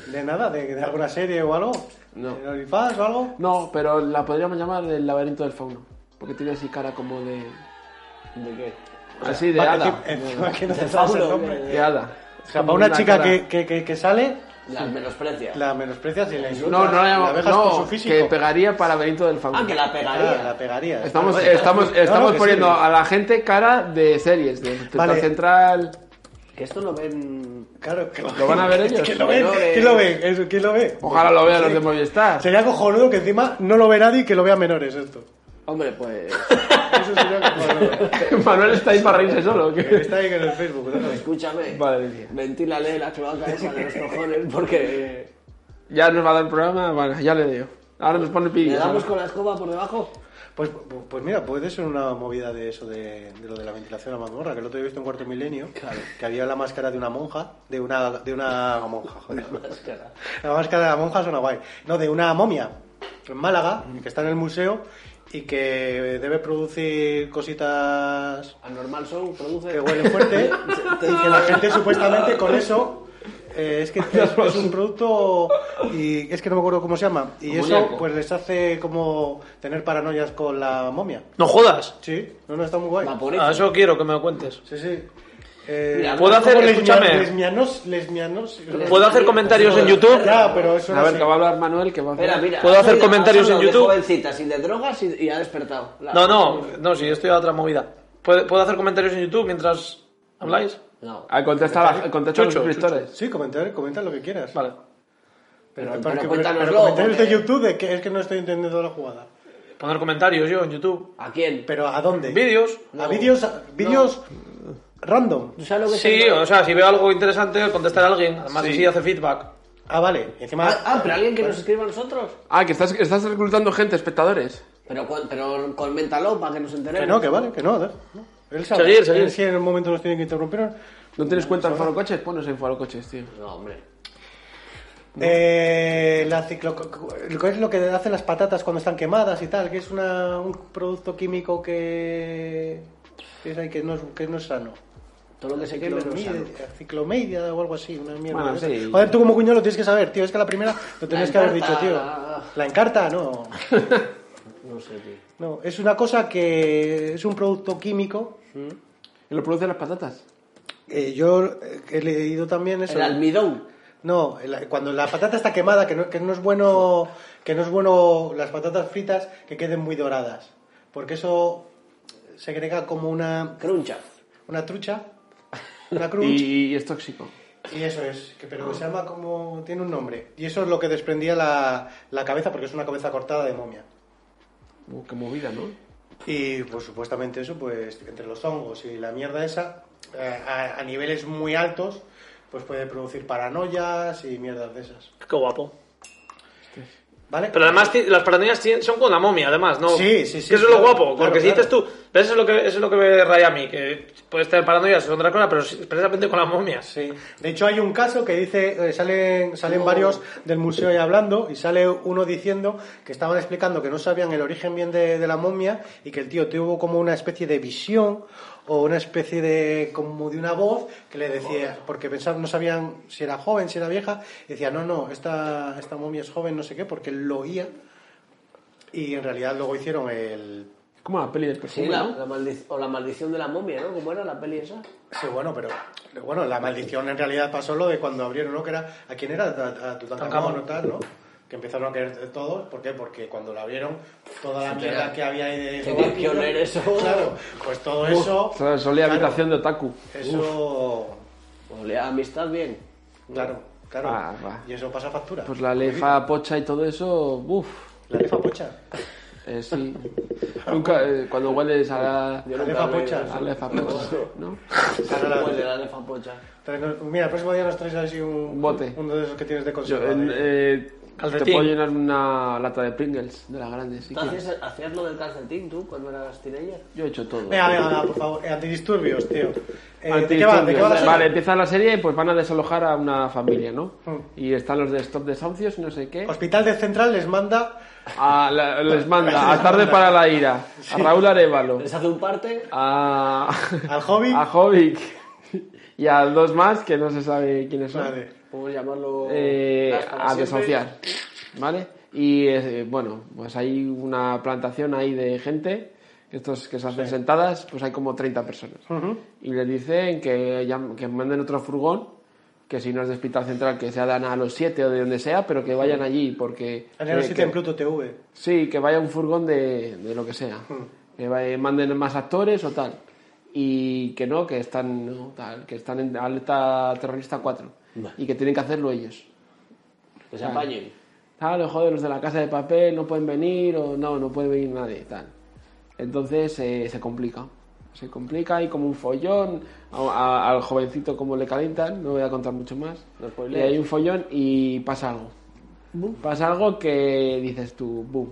Speaker 1: De nada, de, de alguna serie o algo.
Speaker 2: No.
Speaker 1: ¿De OnlyFans o algo?
Speaker 2: No, pero la podríamos llamar el laberinto del fauno, porque tiene así cara como de...
Speaker 3: ¿De qué?
Speaker 2: Así de
Speaker 1: Va,
Speaker 2: hada.
Speaker 1: enci- Encima que no te
Speaker 3: Del
Speaker 1: sabes el
Speaker 3: Fauno,
Speaker 1: nombre.
Speaker 3: de-
Speaker 2: De hada.
Speaker 1: O sea, para una chica que, que, que, que sale,
Speaker 3: Las menosprecia.
Speaker 1: la menosprecias y la insultas.
Speaker 2: No, no la
Speaker 1: la
Speaker 2: llamamos...
Speaker 1: dejas con
Speaker 2: No,
Speaker 1: su físico.
Speaker 2: que pegaría para laberinto del fauno.
Speaker 3: Ah, que la
Speaker 1: Ah,
Speaker 3: pegaría.
Speaker 1: la pegaría.
Speaker 2: Estamos,
Speaker 1: Está-
Speaker 2: estamos,
Speaker 1: Claro
Speaker 2: estamos
Speaker 1: que sí.
Speaker 2: poniendo a la gente cara de series, de Hospital
Speaker 1: Vale.
Speaker 2: Central.
Speaker 3: Que esto lo ven...
Speaker 1: Claro, que lo,
Speaker 2: ¿Lo van a ver ellos?
Speaker 1: ¿Quién lo
Speaker 3: No,
Speaker 1: ve?
Speaker 3: eh.
Speaker 1: ¿Quién lo ve? Eso, ¿Quién lo ve?
Speaker 2: Ojalá lo vean los de Movistar.
Speaker 1: Sería cojonudo que encima no lo ve nadie y que lo vea menores esto.
Speaker 3: Hombre, pues...
Speaker 1: Eso sería cojonudo.
Speaker 2: Manuel está ahí para reírse solo. ¿qué?
Speaker 1: Está ahí en el Facebook. ¿no?
Speaker 3: Escúchame.
Speaker 2: Vale, bien.
Speaker 3: Ventílale la cloaca esa de los cojones porque...
Speaker 2: Ya nos va a dar el programa, bueno, ya le dio. Ahora nos pone
Speaker 3: ¿Le
Speaker 2: pillos.
Speaker 3: damos
Speaker 2: ¿no?
Speaker 3: con la escoba por debajo?
Speaker 1: Pues, pues mira, puede ser una movida de eso, de, de lo de la ventilación a la mazmorra, que el otro día he visto en Cuarto Milenio, que había la máscara de una monja, de una, de una monja, joder.
Speaker 3: Máscara.
Speaker 1: La máscara de la monja suena guay. No, de una momia en Málaga, que está en el museo y que debe producir cositas
Speaker 3: Anormal Show produce...
Speaker 1: que huelen fuerte y que la gente supuestamente con eso... eh, es que es, es un producto y es que no me acuerdo cómo se llama y eso
Speaker 2: Amoníaco.
Speaker 1: pues les hace como tener paranoias con la momia
Speaker 4: No jodas.
Speaker 1: Sí, no, no, está muy guay.
Speaker 3: Vaporizo.
Speaker 4: A Ah, eso quiero que me lo cuentes.
Speaker 1: Sí, sí. Eh,
Speaker 3: Mira,
Speaker 4: ¿Puedo hacer-
Speaker 1: como lesbia-
Speaker 4: escúchame.
Speaker 1: Lesbianos, lesbianos.
Speaker 4: ¿Puedo hacer comentarios en YouTube?
Speaker 1: Ya, pero eso no
Speaker 2: A ver,
Speaker 1: sé.
Speaker 2: que va a hablar Manuel, que va a
Speaker 3: Espera,
Speaker 2: hacer.
Speaker 3: mira,
Speaker 4: ¿Puedo
Speaker 3: ha
Speaker 4: hacer
Speaker 3: salido- ha
Speaker 4: comentarios en
Speaker 3: salido de
Speaker 4: YouTube?
Speaker 3: jovencitas y de drogas y, y ha despertado. La-
Speaker 4: No, no, no, si yo estoy a otra movida. ¿Puedo, puedo hacer comentarios en YouTube mientras habláis?
Speaker 3: No.
Speaker 2: Ah, contesta a la- contesta a los
Speaker 4: Chucho,
Speaker 2: suscriptores.
Speaker 1: Sí, comentar, comenta lo que quieras.
Speaker 4: Vale.
Speaker 1: Pero,
Speaker 3: Pero-
Speaker 1: pero-
Speaker 3: pero
Speaker 1: pero
Speaker 3: cuéntanoslo,
Speaker 1: comentarios de
Speaker 3: porque-
Speaker 1: YouTube, de que es que no estoy entendiendo la jugada.
Speaker 4: Poner comentarios yo en YouTube.
Speaker 3: ¿A quién?
Speaker 1: Pero ¿a dónde?
Speaker 4: Vídeos.
Speaker 1: A vídeos, a- vídeos random.
Speaker 3: ¿Tú sabes lo que es
Speaker 4: Sí,
Speaker 3: el-
Speaker 4: o sea, si veo algo interesante, contestar a alguien. Además, así hace feedback.
Speaker 1: Ah, vale. Encima.
Speaker 3: Ah, ah, pero alguien que nos escriba a nosotros.
Speaker 2: Ah, que estás, estás reclutando gente, espectadores.
Speaker 3: Pero, cu- pero coméntalo para que nos enteremos.
Speaker 1: que no, que vale, que no. no. Él sabe.
Speaker 4: Seguir, seguir.
Speaker 1: Él, si en el momento nos tienen que interrumpir.
Speaker 2: ¿No tienes cuenta en Faro Coches? Ponos en Faro Coches, tío.
Speaker 3: No, hombre.
Speaker 1: Eh, la ciclo... ¿Qué es lo que hacen las patatas cuando están quemadas y tal? Que es una, un producto químico que... que, es ahí, que, no es, que no es sano.
Speaker 3: Todo lo que se queme no es sano.
Speaker 1: Ciclomedia, ciclomedia o algo así, una mierda.
Speaker 2: Bueno,
Speaker 1: de esas.
Speaker 2: sí.
Speaker 1: Joder, tú como cuñón lo tienes que saber, tío. Es que la primera lo tenías que haber dicho,
Speaker 3: Encarta.
Speaker 1: tío. La encarta, no.
Speaker 3: No sé, tío.
Speaker 1: No, es una cosa que es un producto químico.
Speaker 2: ¿Y lo producen las patatas?
Speaker 1: Eh, yo eh, he leído también eso.
Speaker 3: El almidón.
Speaker 1: No, el- cuando la patata está quemada, que no, que no es bueno, que no es bueno las patatas fritas que queden muy doradas, porque eso segrega como una
Speaker 3: Cruncha.
Speaker 1: una trucha, una crunch y,
Speaker 2: Y, y es tóxico.
Speaker 1: eso es, que pero se llama como tiene un nombre y eso es lo que desprendía la, la cabeza porque es una cabeza cortada de momia.
Speaker 2: Uh, qué movida, ¿no?
Speaker 1: Y pues supuestamente eso, pues entre los hongos y la mierda esa, eh, a, a niveles muy altos, pues puede producir paranoias y mierdas de esas.
Speaker 4: Qué guapo.
Speaker 1: ¿Vale?
Speaker 4: Pero además ti- las paranoias ti- son con la momia, además, ¿no?
Speaker 1: Sí, sí, sí,
Speaker 4: Que eso es lo
Speaker 1: claro,
Speaker 4: guapo,
Speaker 1: claro,
Speaker 4: porque si
Speaker 1: claro.
Speaker 4: dices tú, ¿ves? Eso es lo que, eso es lo que me raya a mí, que puedes tener paranoias con otra cosa, pero si- precisamente con las momias.
Speaker 1: Sí. De hecho, hay un caso que dice, eh, salen, salen varios del museo ahí hablando y sale uno diciendo que estaban explicando que no sabían el origen bien de, de la momia y que el tío tuvo como una especie de visión o una especie de como de una voz que le decía porque pensaban no sabían si era joven si era vieja y decía no no esta esta momia es joven no sé qué porque él lo oía y en realidad luego hicieron el
Speaker 2: Es como la peli del perfume,
Speaker 3: Sí, la,
Speaker 2: ¿no?
Speaker 3: la maldi- o la maldición de la momia, ¿no? ¿Cómo era la peli esa?
Speaker 1: Sí, bueno, pero bueno, la maldición en realidad pasó lo de cuando abrieron, ¿no? Que era, ¿a quién era? A, a Tutankamón o tal, ¿no? Que empezaron a caer todos, ¿por qué? Porque cuando la abrieron, toda la mierda que había ahí de...
Speaker 3: Qué vicio eres, oh.
Speaker 1: Claro, pues todo eso...
Speaker 2: O sea, solía
Speaker 1: claro,
Speaker 2: habitación de otaku.
Speaker 1: Eso...
Speaker 3: Olea a Pues amistad bien.
Speaker 1: Claro, claro.
Speaker 2: Ah, va.
Speaker 1: Y eso pasa factura.
Speaker 2: Pues la lefa pocha y todo eso, uff.
Speaker 1: La lefa pocha.
Speaker 2: Eh, sí. Nunca, eh, cuando hueles a la,
Speaker 1: La lefa pocha.
Speaker 2: a la lefa pocha, ¿no?
Speaker 1: Ahora la-
Speaker 3: Pues de la lefa pocha.
Speaker 1: Traenos- Mira, el próximo día nos traes así un...
Speaker 2: Un bote.
Speaker 1: Uno de esos que tienes de
Speaker 2: Yo,
Speaker 1: conserva.
Speaker 2: en,
Speaker 1: de-
Speaker 2: eh, te
Speaker 4: Calcetín.
Speaker 2: puedo llenar una lata de Pringles, de las grandes. sí,
Speaker 3: ¿Tú
Speaker 2: claro.
Speaker 3: hacías, hacías lo del calcetín tú cuando eras teenager?
Speaker 2: Yo he hecho todo.
Speaker 1: Venga, venga, venga, por favor. Eh, antidisturbios, tío. Eh, ¿De qué
Speaker 2: Antes
Speaker 1: va? ¿De qué va la
Speaker 2: vale,
Speaker 1: serie?
Speaker 2: empieza la serie y pues van a desalojar a una familia, ¿no?
Speaker 1: Mm.
Speaker 2: Y están los de Stop Desahucios y no sé qué.
Speaker 1: Hospital de Central les manda
Speaker 2: A la- les manda a Tarde para la Ira, a Raúl Arevalo,
Speaker 3: Les hace un parte.
Speaker 2: a,
Speaker 1: al hobby.
Speaker 2: a Jovic y a dos más que no se sabe quiénes son.
Speaker 1: Vale.
Speaker 3: Podemos llamarlo.
Speaker 2: eh,
Speaker 3: Las para
Speaker 2: a
Speaker 3: siempre.
Speaker 2: desahuciar, ¿vale? Y eh, bueno, pues hay una plantación ahí de gente, estos que se hacen sentadas, pues hay como 30 personas. Y les dicen que, llam- que manden otro furgón, que si no es de Hospital Central, que se dan a los 7 o de donde sea, pero que vayan allí, porque...
Speaker 1: En el
Speaker 2: eh,
Speaker 1: sitio
Speaker 2: que-
Speaker 1: en Pluto TV.
Speaker 2: Sí, que vaya un furgón de, de lo que sea. Que vaya- manden más actores o tal. Y que no, que están, no, tal, que están en alerta terrorista 4. Y que tienen que hacerlo ellos.
Speaker 3: Que se apañen.
Speaker 2: Ah. Claro, joder, los de la casa de papel no pueden venir o no, no puede venir nadie, tal. Entonces eh, se complica. Se complica y como un follón, a- a- al jovencito como le calientan, no voy a contar mucho más.
Speaker 3: No
Speaker 2: Y
Speaker 3: spoilees.
Speaker 2: hay un follón y pasa algo. Pasa algo que dices tú, boom.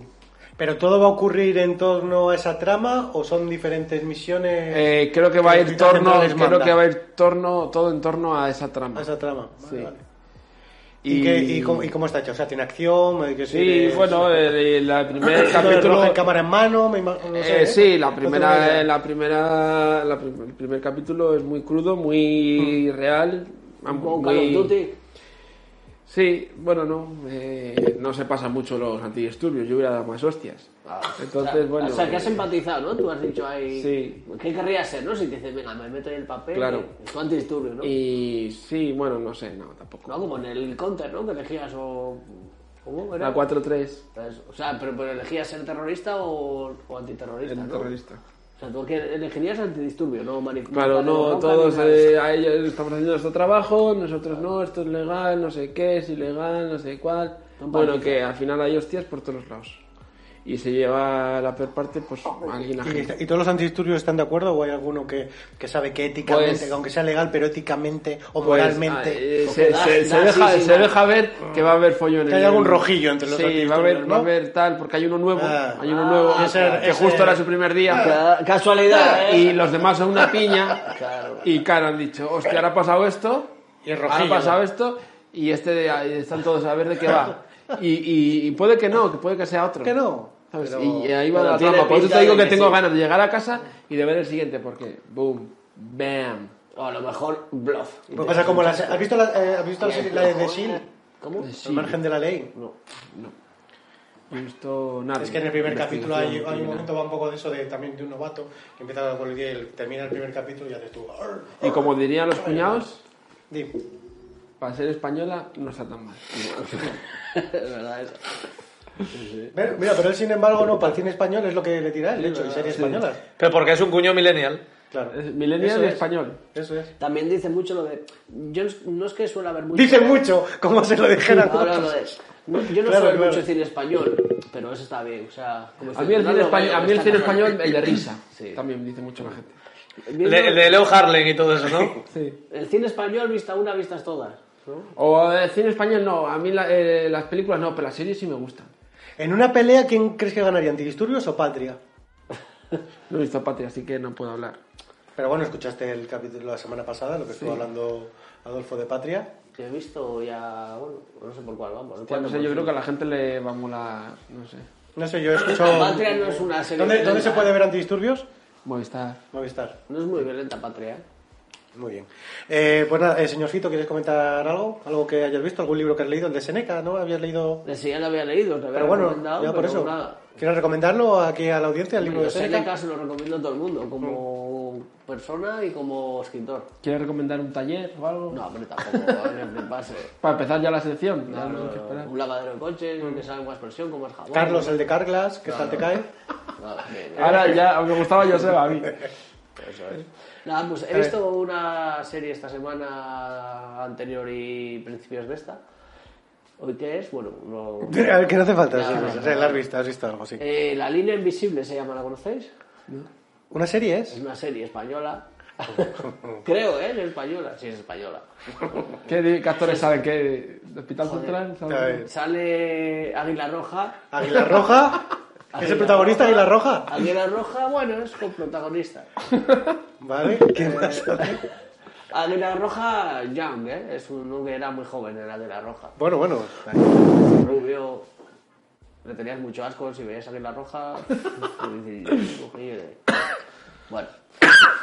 Speaker 1: ¿Pero todo va a ocurrir en torno a esa trama o son diferentes misiones
Speaker 2: Eh, creo que va a
Speaker 1: que
Speaker 2: ir
Speaker 1: Hospital
Speaker 2: torno,
Speaker 1: Central les
Speaker 2: creo
Speaker 1: manda.
Speaker 2: que va a ir torno, todo en torno a esa
Speaker 1: a
Speaker 2: trama.
Speaker 1: esa trama? Vale,
Speaker 2: Sí.
Speaker 1: vale. ¿Y,
Speaker 2: Y-
Speaker 1: qué- y cómo, y cómo está hecho? O sea, ¿tiene acción? Eh, que si
Speaker 2: Sí,
Speaker 1: de-
Speaker 2: bueno, el, el primer
Speaker 1: Todo de rojo en
Speaker 2: capítulo
Speaker 1: cámara en mano, me imag- no sé,
Speaker 2: Eh,
Speaker 1: ¿eh?
Speaker 2: sí, la
Speaker 1: No tengo ni
Speaker 2: primera,
Speaker 1: idea.
Speaker 2: la primera, la prim- el primer capítulo es muy crudo, muy real.
Speaker 3: Como Call of
Speaker 2: Muy...
Speaker 3: Duty.
Speaker 2: Sí, bueno, no, eh, no se pasan mucho los antidisturbios, yo hubiera dado más hostias. Entonces, bueno,
Speaker 3: O sea, que has
Speaker 2: eh,
Speaker 3: empatizado, ¿no? Tú has dicho ahí.
Speaker 2: Sí.
Speaker 3: ¿Qué querrías ser, no? Si te dices, venga, me meto en el papel.
Speaker 2: Claro.
Speaker 3: Es tu antidisturbios, ¿no?
Speaker 2: y sí, bueno, no sé, no, tampoco.
Speaker 3: No, como en el counter, ¿no? Que elegías o. ¿Cómo era?
Speaker 2: La 4-3,
Speaker 3: Entonces, O sea, pero, pero elegías ser terrorista o, o antiterrorista,
Speaker 2: el
Speaker 3: ¿no?
Speaker 2: terrorista.
Speaker 3: O sea, tú que elegirías antidisturbio, ¿no? Mani-
Speaker 2: Claro,
Speaker 3: mani-
Speaker 2: no,
Speaker 3: bronca,
Speaker 2: todos
Speaker 3: ni nada.
Speaker 2: eh, a ellos estamos haciendo nuestro trabajo, nosotros no, esto es legal, no sé qué, es ilegal, no sé cuál.
Speaker 3: Son
Speaker 2: Bueno,
Speaker 3: palizas.
Speaker 2: que al final hay hostias por todos lados. Y se lleva la peor parte, pues, a alguien ajeno.
Speaker 1: ¿Y, y todos los antidisturbios están de acuerdo o hay alguno que, que sabe que éticamente,
Speaker 2: Pues-
Speaker 1: que aunque sea legal, pero éticamente o
Speaker 2: Pues,
Speaker 1: moralmente...
Speaker 2: ah, eh,
Speaker 3: Porque
Speaker 2: se,
Speaker 3: da-
Speaker 2: se-
Speaker 3: da
Speaker 2: se deja,
Speaker 3: sí, sí,
Speaker 2: se
Speaker 3: da.
Speaker 2: deja ver que va a haber follón.
Speaker 1: Que
Speaker 2: en
Speaker 1: hay
Speaker 2: el-
Speaker 1: algún rojillo entre los
Speaker 2: Sí, va a
Speaker 1: antidisturbios,
Speaker 2: haber, va a
Speaker 1: ¿no?
Speaker 2: haber tal, porque hay uno nuevo,
Speaker 1: Ah.
Speaker 2: hay uno nuevo,
Speaker 1: ese-
Speaker 2: que
Speaker 1: ese-
Speaker 2: justo era su primer día.
Speaker 3: Ca- Casualidad, ¿eh?
Speaker 2: y los demás son una piña.
Speaker 3: Claro.
Speaker 2: Y claro, han dicho, hostia, ahora ha pasado esto,
Speaker 1: Y el
Speaker 2: ahora ha
Speaker 1: rojillo,
Speaker 2: pasado
Speaker 1: ¿no?
Speaker 2: esto, y este de ahí están todos a ver de qué va. Y, y- y puede que no, que puede que sea otro.
Speaker 1: Que no.
Speaker 2: ¿Sabes?
Speaker 1: Pero-
Speaker 2: Y ahí va
Speaker 3: pero
Speaker 2: la
Speaker 3: tiene
Speaker 2: trama. Por eso
Speaker 3: pinta
Speaker 2: te digo
Speaker 3: de
Speaker 2: que
Speaker 3: que
Speaker 2: tengo
Speaker 3: sí.
Speaker 2: ganas de llegar a casa y de ver el siguiente, porque boom, bam,
Speaker 3: O a lo mejor bluff.
Speaker 1: Pues pasa como las... ¿Has visto la, eh, ¿has visto la, serie- la de The Shield?
Speaker 3: ¿Cómo?
Speaker 2: The
Speaker 1: Al
Speaker 2: Shield.
Speaker 1: margen de la ley.
Speaker 2: No, no. No he visto nada.
Speaker 1: Es que en el primer capítulo hay, hay un
Speaker 2: Investigación
Speaker 1: momento va un poco de eso de, también de un novato que empieza con el día y el- termina el primer capítulo y haces tú... "Arr,
Speaker 2: criminal. Y como dirían los cuñados,
Speaker 1: di".
Speaker 2: para ser española no está tan mal.
Speaker 3: es verdad eso.
Speaker 1: Ver- Mira, pero él sin embargo no, para el cine español es lo que le tira él, de hecho, en series españolas.
Speaker 4: Pero porque es un cuño millennial.
Speaker 1: Claro.
Speaker 2: Es millennial
Speaker 1: Eso
Speaker 2: y
Speaker 1: es.
Speaker 2: español.
Speaker 1: Eso es.
Speaker 3: También dice mucho lo de. Yo no- no es que suele haber mucho.
Speaker 1: Dice mucho, como se lo dijeran.
Speaker 3: No, no, no es. No, Yo no
Speaker 1: Claro,
Speaker 3: suelo ver
Speaker 1: claro.
Speaker 3: mucho cine español, pero eso está bien. O sea, como
Speaker 2: A
Speaker 3: dices,
Speaker 2: mí el
Speaker 3: no
Speaker 2: cine,
Speaker 3: lo
Speaker 2: español,
Speaker 3: veo,
Speaker 2: a mí el
Speaker 3: está
Speaker 2: cine
Speaker 3: mal.
Speaker 2: español, el de risa,
Speaker 3: Sí.
Speaker 2: también dice mucho la gente.
Speaker 3: Viendo-
Speaker 4: Le- El de Leo Harlem y todo eso, ¿no?
Speaker 2: Sí.
Speaker 3: El cine español, vista una, vistas todas. ¿no?
Speaker 2: O eh, cine español no, a mí la- eh, las películas no, pero las series sí me gustan.
Speaker 1: En una pelea, ¿quién crees que ganaría, antidisturbios o patria?
Speaker 2: No he visto Patria, así que no puedo hablar.
Speaker 1: Pero bueno, escuchaste el capítulo la semana pasada, lo que estuvo hablando Adolfo de Patria.
Speaker 3: Que he visto ya. Bueno, no sé por cuál vamos.
Speaker 2: Ya Pues, no sé, yo creo que a la gente le va a molar, no sé,
Speaker 1: No sé, yo he escuchado...
Speaker 3: Patria no es una serie.
Speaker 1: ¿Dónde, dónde
Speaker 3: violenta,
Speaker 1: se puede ver antidisturbios?
Speaker 2: Movistar.
Speaker 1: Movistar.
Speaker 3: No es muy violenta, Patria. ¿eh?
Speaker 1: Muy bien. Eh, pues nada, eh, señor Fito, ¿quieres comentar algo? ¿Algo que hayas visto? ¿Algún libro que has leído? El de Seneca, ¿no? ¿Habías leído...?
Speaker 3: De si ya lo había leído, lo había
Speaker 1: Pero bueno,
Speaker 3: recomendado,
Speaker 1: ya por
Speaker 3: pero
Speaker 1: eso.
Speaker 3: nada.
Speaker 1: ¿Quieres recomendarlo aquí a la audiencia, el libro de
Speaker 3: Yo
Speaker 1: Seneca?
Speaker 3: Seneca se lo recomiendo a todo el mundo, como
Speaker 1: Mm.
Speaker 3: persona y como escritor.
Speaker 2: ¿Quieres recomendar un taller o algo?
Speaker 3: No, hombre, tampoco, a ver, me pase.
Speaker 2: Para empezar ya la sección. ya no
Speaker 3: No, no,
Speaker 2: sé qué esperar.
Speaker 3: un lavadero de coches, que sabe más presión, con más jabón.
Speaker 1: Mm. Carlos, el de Carglass, que tal te cae.
Speaker 3: No, que-
Speaker 2: Ahora ya, me gustaba Joseba a mí.
Speaker 3: Nada, pues he visto una serie esta semana anterior y principios de esta. ¿Hoy qué es? Bueno, no...
Speaker 1: A ver, que no hace falta.
Speaker 3: Ya,
Speaker 1: sí,
Speaker 3: ya,
Speaker 1: sí,
Speaker 3: ya.
Speaker 1: sí, la has visto, has visto algo, sí.
Speaker 3: Eh, La línea invisible se llama, ¿la conocéis?
Speaker 1: ¿Una serie
Speaker 3: Es
Speaker 1: es?
Speaker 3: una serie española. Creo, ¿eh? Es española. Sí, es española.
Speaker 2: ¿Qué, di- qué actores saben? ¿Qué? ¿De Hospital Central? ¿Saben?
Speaker 1: A ver.
Speaker 3: Sale Águila Roja,
Speaker 1: ¿Águila Roja? ¿Que ¿Es el protagonista Águila Roja?
Speaker 3: Águila Roja, bueno, es coprotagonista.
Speaker 1: Vale, ¿qué más?
Speaker 3: Águila Roja Young, ¿eh? Es un que era muy joven, el Águila Roja.
Speaker 1: Bueno, bueno.
Speaker 3: Rubio, le tenías mucho asco si veías Águila Roja. y dices, "Oye". bueno,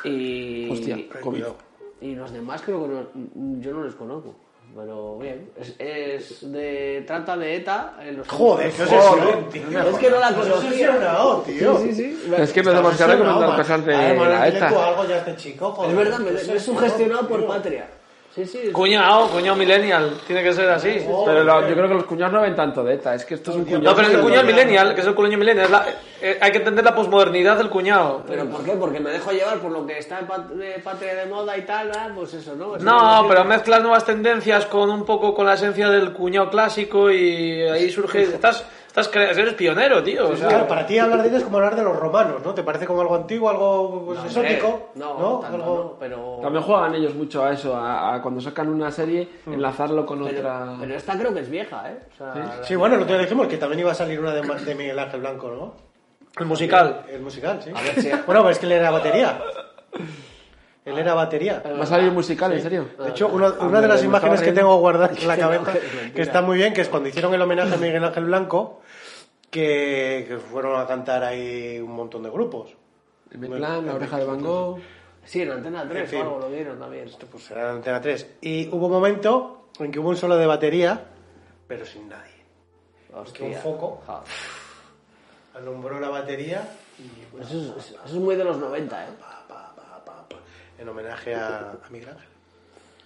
Speaker 3: y,
Speaker 2: Hostia, COVID.
Speaker 1: Cuidado.
Speaker 3: y los demás creo que no- yo no les conozco. Pero bien, es, es de trata de ETA en los
Speaker 1: Joder, qué obsesión, tío.
Speaker 3: Es que no la
Speaker 1: Estás
Speaker 3: conocía.
Speaker 1: obsesionado, tío.
Speaker 3: Sí, sí, sí.
Speaker 2: Es que me tenemos que recomendar cosas de la ETA.
Speaker 1: algo ya a este chico, joder.
Speaker 3: Es verdad, me, me he
Speaker 1: Obsesionado,
Speaker 3: sugestionado por
Speaker 1: tío.
Speaker 3: patria. Sí, sí.
Speaker 4: Cuñado, cuñado millennial. Tiene que ser así.
Speaker 1: Oh,
Speaker 2: Pero lo- yo creo que los cuñados no ven tanto de ETA. Es que esto es un cuñado.
Speaker 4: No, pero es el cuñado millennial, que es el cuñado millennial. es la- eh, hay que entender la posmodernidad del cuñado.
Speaker 3: ¿Pero por qué? Porque me dejo llevar por lo que está en pat- de patria de moda y tal, ah, pues eso, ¿no? Es
Speaker 4: No,
Speaker 3: una-
Speaker 4: pero mezclas nuevas tendencias con un poco con la esencia del cuñado clásico y ahí surge. Estás, estás cre- eres pionero, tío. o sea.
Speaker 1: Claro, para ti hablar de ETA es como hablar de los romanos, ¿no? ¿Te parece como algo antiguo, algo pues,
Speaker 3: No, hombre,
Speaker 1: exótico?
Speaker 3: No,
Speaker 1: ¿no?
Speaker 3: tanto
Speaker 1: Algo-
Speaker 3: no, pero...
Speaker 2: También juegan ellos mucho a eso, a, a cuando sacan una serie,
Speaker 1: Mm.
Speaker 2: enlazarlo con
Speaker 3: pero,
Speaker 2: otra.
Speaker 3: pero esta creo que es vieja, ¿eh? O sea,
Speaker 1: Sí, bueno, lo que dijimos, que también iba a salir una de, Ma- de Miguel Ángel Blanco, ¿no?
Speaker 4: El musical.
Speaker 1: El musical, sí.
Speaker 3: A ver si-
Speaker 1: Bueno, pues es que él era batería. Él era batería.
Speaker 2: ¿Va a salir un musical, en serio?
Speaker 1: De hecho,
Speaker 3: Ah,
Speaker 1: una, una de las
Speaker 2: me estaba
Speaker 1: imágenes que
Speaker 2: riendo.
Speaker 1: tengo guardadas en la
Speaker 3: No,
Speaker 1: cabeza,
Speaker 3: que es mentira.
Speaker 1: que está muy bien, que es cuando hicieron el homenaje a Miguel Ángel Blanco, que, que fueron a cantar ahí un montón de grupos.
Speaker 2: El Metlán, La Oreja de Van Gogh.
Speaker 3: sí, en Antena 3
Speaker 1: En fin.
Speaker 3: o algo lo vieron también.
Speaker 1: Pues era en Antena 3. Y hubo un momento en que hubo un solo de batería, pero sin nadie.
Speaker 3: Hostia.
Speaker 1: un foco.
Speaker 3: Ja.
Speaker 1: Alumbró la batería y pues,
Speaker 3: Eso, es, eso es muy de los 90, ¿eh?
Speaker 1: pa, pa, pa, pa, pa, en homenaje a, a Miguel Ángel.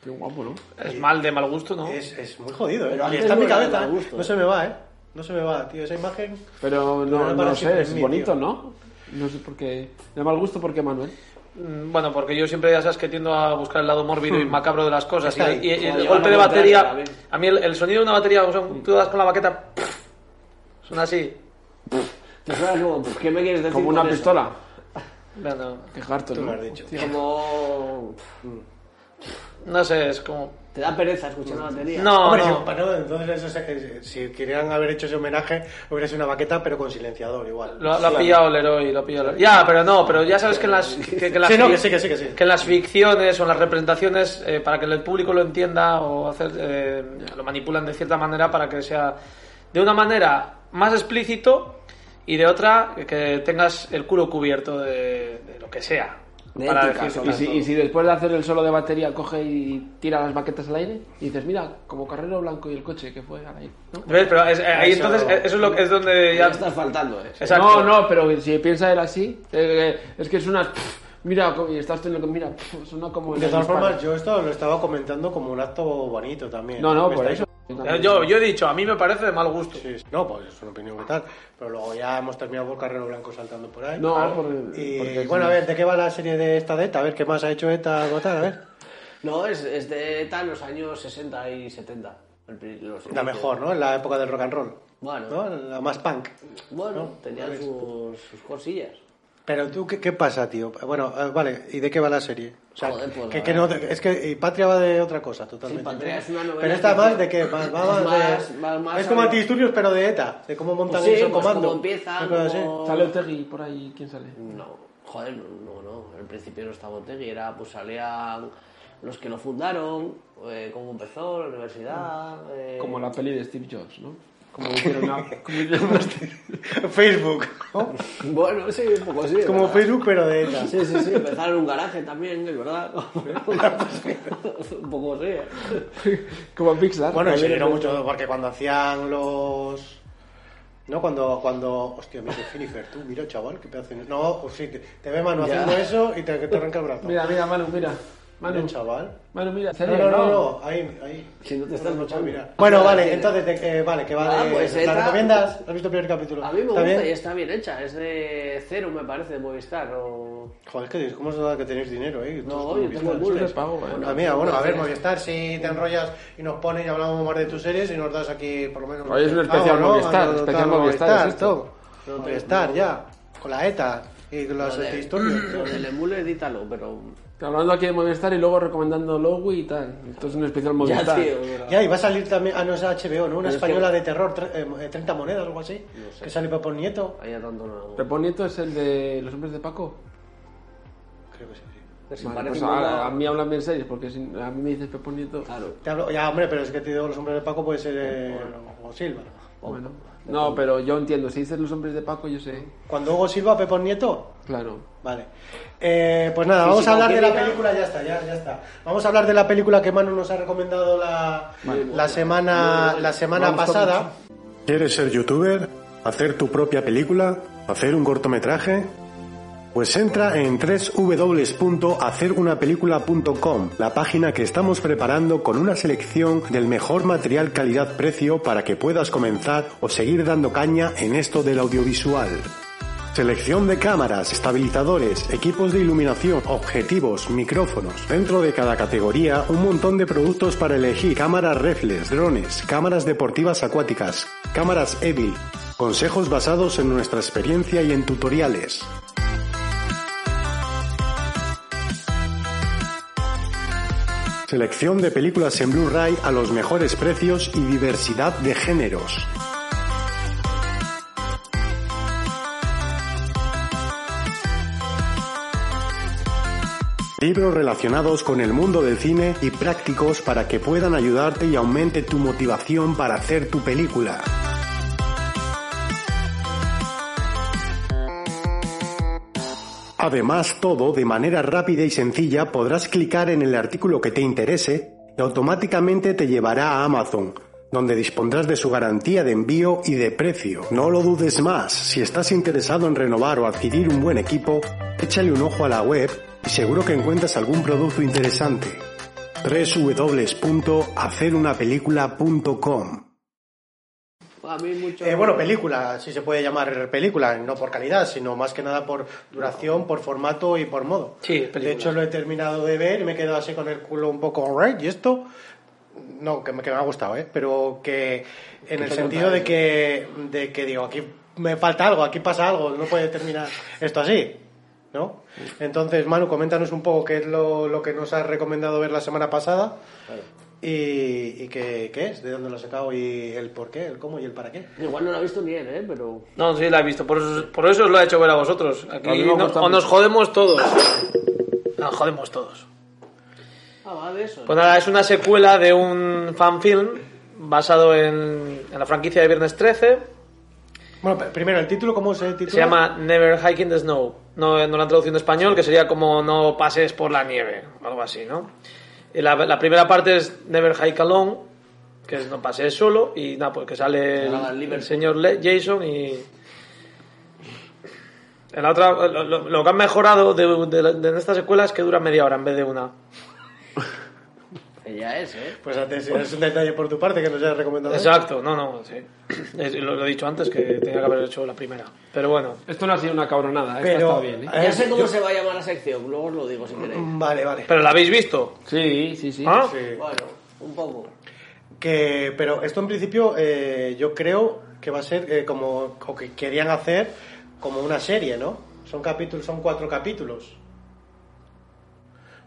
Speaker 2: Qué guapo, ¿no?
Speaker 4: Es mal de mal gusto, ¿no?
Speaker 1: Es, es muy jodido, ¿eh?
Speaker 3: Pero
Speaker 1: Y
Speaker 3: antes
Speaker 1: está en mi
Speaker 3: no era
Speaker 1: cabeza,
Speaker 3: de mal gusto,
Speaker 1: no
Speaker 3: ¿eh?
Speaker 1: se me va, ¿eh? No se me va, tío, esa imagen...
Speaker 2: Pero
Speaker 1: Pero
Speaker 2: no,
Speaker 1: no
Speaker 2: no
Speaker 1: parece
Speaker 2: sé,
Speaker 1: en
Speaker 2: es
Speaker 1: mí,
Speaker 2: bonito,
Speaker 1: tío.
Speaker 2: ¿no? No sé por qué. De mal gusto, ¿por qué, Manuel?
Speaker 4: Mm, Bueno, porque yo siempre ya sabes que tiendo a buscar el lado mórbido y macabro de las cosas. Y,
Speaker 1: Está ahí.
Speaker 4: y- y
Speaker 3: Como
Speaker 4: el
Speaker 3: llevar
Speaker 4: golpe de
Speaker 3: la contraria
Speaker 4: batería.
Speaker 3: también.
Speaker 4: A mí el, el sonido de una batería, o sea, tú das con la baqueta. Suena así.
Speaker 3: Te suena como, pues, ¿qué me quieres decir
Speaker 2: Como
Speaker 3: con
Speaker 2: una
Speaker 3: eso?
Speaker 2: pistola.
Speaker 4: Bueno,
Speaker 2: Qué harto,
Speaker 1: Tú
Speaker 2: ¿no?
Speaker 1: lo has dicho.
Speaker 3: Como...
Speaker 4: no sé, es como.
Speaker 3: Te da pereza escuchar una batería.
Speaker 4: No,
Speaker 1: Hombre,
Speaker 4: no.
Speaker 1: yo- pa- no, entonces eso se- si querían haber hecho ese homenaje, hubiera sido una baqueta, pero con silenciador igual.
Speaker 4: Lo, lo ha pillado Leroy, lo ha pillado Leroy. Ya, pero no, pero ya sabes que en las, que, que en las,
Speaker 1: Sí, no,
Speaker 4: fic-
Speaker 1: que sí, que sí, que sí.
Speaker 4: que en las ficciones o en las representaciones, eh, para que el público lo entienda o hacer, eh, lo manipulan de cierta manera para que sea de una manera más explícito y de otra que tengas el culo cubierto de, de lo que sea.
Speaker 3: De
Speaker 4: para
Speaker 3: ética,
Speaker 4: decir-
Speaker 2: Y si, y si después de hacer el solo de batería coge y tira las baquetas al aire y dices, mira, como Carrero Blanco y el coche que fue al aire. ¿no?
Speaker 4: ¿Ves? Pero es- eh, ahí
Speaker 3: Eso-
Speaker 4: entonces eh, eso es, lo, que- es donde
Speaker 3: Ya
Speaker 4: ya...
Speaker 3: estás faltando, ¿eh?
Speaker 4: Exacto.
Speaker 2: No, no, pero si piensa él así, eh, eh, es que es una... mira, co- y estás teniendo que... Mira, suena como...
Speaker 1: De todas formas, yo esto lo estaba comentando como un acto bonito también.
Speaker 2: No, no,
Speaker 1: ¿Me
Speaker 2: por
Speaker 1: estáis
Speaker 2: eso.
Speaker 4: Eh, Yo, yo he dicho, a mí me parece de mal gusto.
Speaker 1: Sí, sí. No, pues es una opinión que tal. Pero luego ya hemos terminado por Carrero Blanco saltando por ahí.
Speaker 2: No,
Speaker 1: Claro.
Speaker 2: porque-
Speaker 1: Y
Speaker 2: porque-
Speaker 1: bueno, a ver, ¿de qué va la serie de esta de ETA? A ver, ¿qué más ha hecho ETA o tal? A ver.
Speaker 3: No, es, es de tal los años 60 y 70. El pri- los
Speaker 1: La
Speaker 3: inicios.
Speaker 1: mejor, ¿no? En la época del rock and roll.
Speaker 3: Bueno.
Speaker 1: ¿No? La más punk.
Speaker 3: Bueno,
Speaker 1: ¿no? Pues
Speaker 3: tenían
Speaker 1: Vale.
Speaker 3: sus, sus cosillas.
Speaker 1: Pero tú, ¿qué, qué pasa, tío? Bueno, eh, vale, ¿y de qué va la serie? O sea,
Speaker 3: Joder, pues,
Speaker 1: que,
Speaker 3: la
Speaker 1: que no,
Speaker 3: verdad
Speaker 1: te- es que y Patria va de otra cosa, totalmente.
Speaker 3: Sí, Patria es una novela
Speaker 1: Pero esta
Speaker 3: que-
Speaker 1: más de qué? Va, va
Speaker 3: Es
Speaker 1: de-
Speaker 3: más- más- más
Speaker 1: es como
Speaker 3: a-
Speaker 1: antidisturbios, pero de ETA, de cómo montan
Speaker 3: Pues sí,
Speaker 1: ellos el
Speaker 3: pues
Speaker 1: comando.
Speaker 3: cómo empiezan,
Speaker 1: Una cosa así.
Speaker 3: cómo-
Speaker 2: Sale Otegi por ahí, ¿quién sale?
Speaker 1: Eh,
Speaker 3: No, joder, no, no. Al principio no estaba Otegi, era pues salían los que lo fundaron, eh, cómo empezó la universidad. eh,
Speaker 2: Como la peli de Steve Jobs, ¿no? Como hicieron una... como hicieron una-
Speaker 1: Facebook, ¿no?
Speaker 3: Bueno, sí, un poco así.
Speaker 1: Como
Speaker 3: ¿verdad?
Speaker 1: Facebook, pero de ETA.
Speaker 3: Sí, sí, sí, empezaron en un garaje también, es verdad. un poco así. ¿eh?
Speaker 2: como Pixar.
Speaker 1: Bueno, y
Speaker 2: Ahí
Speaker 1: se
Speaker 2: viene-
Speaker 1: vieron mucho porque cuando hacían los. ¿No? Cuando. cuando hostia, mira, Jennifer, tú, mira, chaval, qué pedazo. de- No, o sí, te, te ve mano
Speaker 3: Ya.
Speaker 1: haciendo eso y te, que te arranca el brazo.
Speaker 2: Mira, mira, Manu, mira.
Speaker 1: Mira,
Speaker 2: Manu,
Speaker 1: chaval.
Speaker 2: Manu mira.
Speaker 1: No, no, no, no, ahí, ahí.
Speaker 3: Si no te estás luchando.
Speaker 1: Mira. Bueno, vale, entonces, de- eh, vale, que va
Speaker 3: Ah,
Speaker 1: de.
Speaker 3: pues,
Speaker 1: ¿La
Speaker 3: esta-
Speaker 1: recomiendas? ¿Has visto el primer capítulo?
Speaker 3: A mí me
Speaker 1: ¿Está
Speaker 3: gusta
Speaker 1: bien?
Speaker 3: y está bien hecha. Es de cero, me parece, de Movistar. O...
Speaker 1: Joder, es que ¿cómo se da que tenéis dinero, eh?
Speaker 3: No,
Speaker 1: Todos con
Speaker 3: yo tengo el
Speaker 1: Movistar.
Speaker 2: Yo
Speaker 3: Bullet.
Speaker 2: les pago, eh.
Speaker 1: Ah, mira, bueno, a ver,
Speaker 3: pues,
Speaker 1: Movistar, si te enrollas y nos pones y hablamos más de tus series y nos das aquí por lo menos...
Speaker 2: Oye, es un especial
Speaker 1: Ah,
Speaker 2: Movistar,
Speaker 1: Ah,
Speaker 2: especial Movistar, es esto.
Speaker 1: todo. Movistar, ya, con la ETA y con los
Speaker 3: lo de- lo
Speaker 1: antidisturbios.
Speaker 3: del emule, edítalo, pero.
Speaker 2: Hablando aquí de Movistar y luego recomendando Lowy y tal. Esto es un especial
Speaker 3: Ya,
Speaker 2: Movistar.
Speaker 3: tío. pero-
Speaker 1: Ya, y va a salir también, ah, no, es HBO, ¿no? Una
Speaker 3: Pero es
Speaker 1: española
Speaker 3: que-
Speaker 1: de terror, tre- eh, 30 monedas o algo así,
Speaker 3: No sé.
Speaker 1: que sale Papón Nieto.
Speaker 3: Haya tanto no.
Speaker 2: Pepón Nieto es el de Los Hombres de Paco.
Speaker 1: Creo que sí, sí.
Speaker 3: Que se
Speaker 2: Vale,
Speaker 3: parece
Speaker 2: pues
Speaker 3: un poco
Speaker 2: a,
Speaker 3: a-
Speaker 2: a mí hablan bien series, porque si a mí me dices Pepón Nieto.
Speaker 3: Claro.
Speaker 1: Te hablo- ya, hombre, pero es que te digo, los hombres de Paco puede ser eh, Hugo Silva.
Speaker 2: Bueno. No, pero yo entiendo. Si dices Los Hombres de Paco, yo sé.
Speaker 1: Cuando Hugo Silva, Pepón Nieto,
Speaker 2: Claro.
Speaker 1: Vale. Eh, pues nada, vamos
Speaker 3: si
Speaker 1: a hablar de la
Speaker 3: cualquier-
Speaker 1: película, ya está, ya, ya está. Vamos a hablar de la película que Manu nos ha recomendado la, la semana, la semana
Speaker 2: Vamos con-
Speaker 1: pasada.
Speaker 5: ¿Quieres ser youtuber? ¿Hacer tu propia película? ¿Hacer un cortometraje? Pues entra en www.hacerunapelícula.com, la página que estamos preparando con una selección del mejor material calidad-precio para que puedas comenzar o seguir dando caña en esto del audiovisual. Selección de cámaras, estabilizadores, equipos de iluminación, objetivos, micrófonos. Dentro de cada categoría, un montón de productos para elegir. Cámaras reflex, drones, cámaras deportivas acuáticas, cámaras EVI. Consejos basados en nuestra experiencia y en tutoriales. Selección de películas en Blu-ray a los mejores precios y diversidad de géneros. Libros relacionados con el mundo del cine y prácticos para que puedan ayudarte y aumente tu motivación para hacer tu película. Además, todo de manera rápida y sencilla podrás clicar en el artículo que te interese y automáticamente te llevará a Amazon, donde dispondrás de su garantía de envío y de precio. No lo dudes más, si estás interesado en renovar o adquirir un buen equipo, échale un ojo a la web y seguro que encuentras algún producto interesante. www.hacerunapelícula.com
Speaker 3: A mí mucho.
Speaker 1: Eh, bueno, película, si se puede llamar película, no por calidad, sino más que nada por duración, por formato y por modo.
Speaker 4: Sí, película.
Speaker 1: de hecho lo he terminado de ver y me he quedado así con el culo un poco alright y esto no, que me, que me ha gustado, ¿eh? pero que en el sentido
Speaker 4: ¿eh?
Speaker 1: de que, de que digo, aquí me falta algo, aquí pasa algo, no puede terminar esto así, ¿no? Entonces, Manu, coméntanos un poco qué es lo, lo que nos has recomendado ver la semana pasada y, y qué, qué es, de dónde lo has sacado y el por qué, el cómo y el para qué.
Speaker 3: Igual no lo ha visto ni él, ¿eh? Pero.
Speaker 4: No, sí, la he visto. Por eso, por eso os lo he hecho ver a vosotros.
Speaker 2: A mí
Speaker 4: Aquí
Speaker 2: me ha
Speaker 4: no-
Speaker 2: gustado
Speaker 4: o nos
Speaker 2: mucho.
Speaker 4: jodemos todos. Nos jodemos todos.
Speaker 3: Ah, va de eso.
Speaker 4: Pues nada, es una secuela de un fanfilm basado en, en la franquicia de Viernes 13.
Speaker 1: Bueno, p- primero, el título, ¿cómo se titula?
Speaker 4: Se llama Never Hiking the Snow. no, no la han traducido en español, que sería como no pases por la nieve, o algo así, ¿no? Y la, la primera parte es Never Hike Alone, que es no pases solo, y nada, pues que sale el,
Speaker 3: Nada, el Liverpool.
Speaker 4: el señor Le- Jason y... En la otra, lo, lo- lo que han mejorado de, de, la- de esta secuela es que dura media hora en vez de una.
Speaker 3: Ella es, ¿eh?
Speaker 1: Pues antes, es un detalle por tu parte que nos has recomendado.
Speaker 4: Exacto, no, no, sí. Es- lo, lo he dicho antes que tenía que haber hecho la primera. Pero bueno,
Speaker 2: Esto no ha sido una cabronada, esta
Speaker 1: Pero-
Speaker 2: ha estado bien, ¿eh?
Speaker 1: Ah,
Speaker 3: Ya sé cómo
Speaker 1: yo- Mm.
Speaker 3: se va a llamar la sección, luego os lo digo si queréis.
Speaker 1: Vale, vale.
Speaker 4: ¿pero la habéis visto?
Speaker 2: Sí, sí, sí.
Speaker 4: ¿Ah?
Speaker 1: Sí.
Speaker 3: Bueno, un poco.
Speaker 1: Que, pero esto en principio eh, yo creo que va a ser eh, como o que querían hacer como una serie, ¿no? Son capítulos, son cuatro capítulos.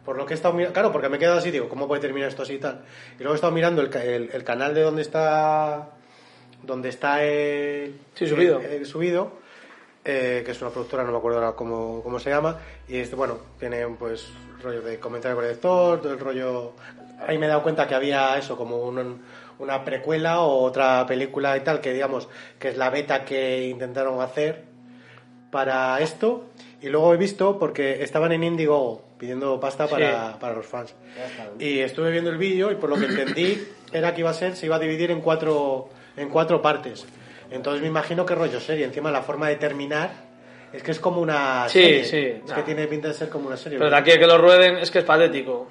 Speaker 1: Por lo que he estado mirando, claro, porque me he quedado así, digo, ¿cómo puede terminar esto así y tal? Y luego he estado mirando el, ca- el- el canal de donde está donde está el,
Speaker 4: Sí, subido.
Speaker 1: el- el subido, eh, que es una productora, no me acuerdo ahora cómo, cómo se llama, y este, bueno, tiene pues rollo de comentario con el director, todo el rollo... Ahí me he dado cuenta que había eso, como un- una precuela o otra película y tal, que digamos que es la beta que intentaron hacer para esto, y luego he visto, porque estaban en Indiegogo pidiendo pasta para, para los fans. Y estuve viendo el vídeo y por lo que entendí era que iba a ser, se iba a dividir en cuatro, en cuatro partes. Entonces me imagino que rollo serie. Encima la forma de terminar es que es como una
Speaker 4: Sí,
Speaker 1: serie.
Speaker 4: sí,
Speaker 1: es que
Speaker 4: nah.
Speaker 1: tiene pinta de ser como una serie.
Speaker 4: Pero de aquí a que lo rueden es que es patético.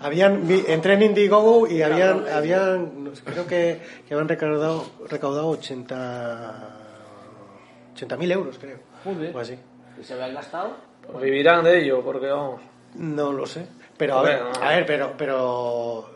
Speaker 1: Habían, vi- entré en Indiegogo y habían, habían no sé, creo que, que habían recaudado, recaudado 80... 80.000 euros, creo.
Speaker 2: Joder.
Speaker 1: O así.
Speaker 3: ¿Y se lo han gastado?
Speaker 4: Vivirán de ello, porque vamos.
Speaker 1: No lo sé. Pero a ver,
Speaker 4: Bueno, no.
Speaker 1: a ver, pero, pero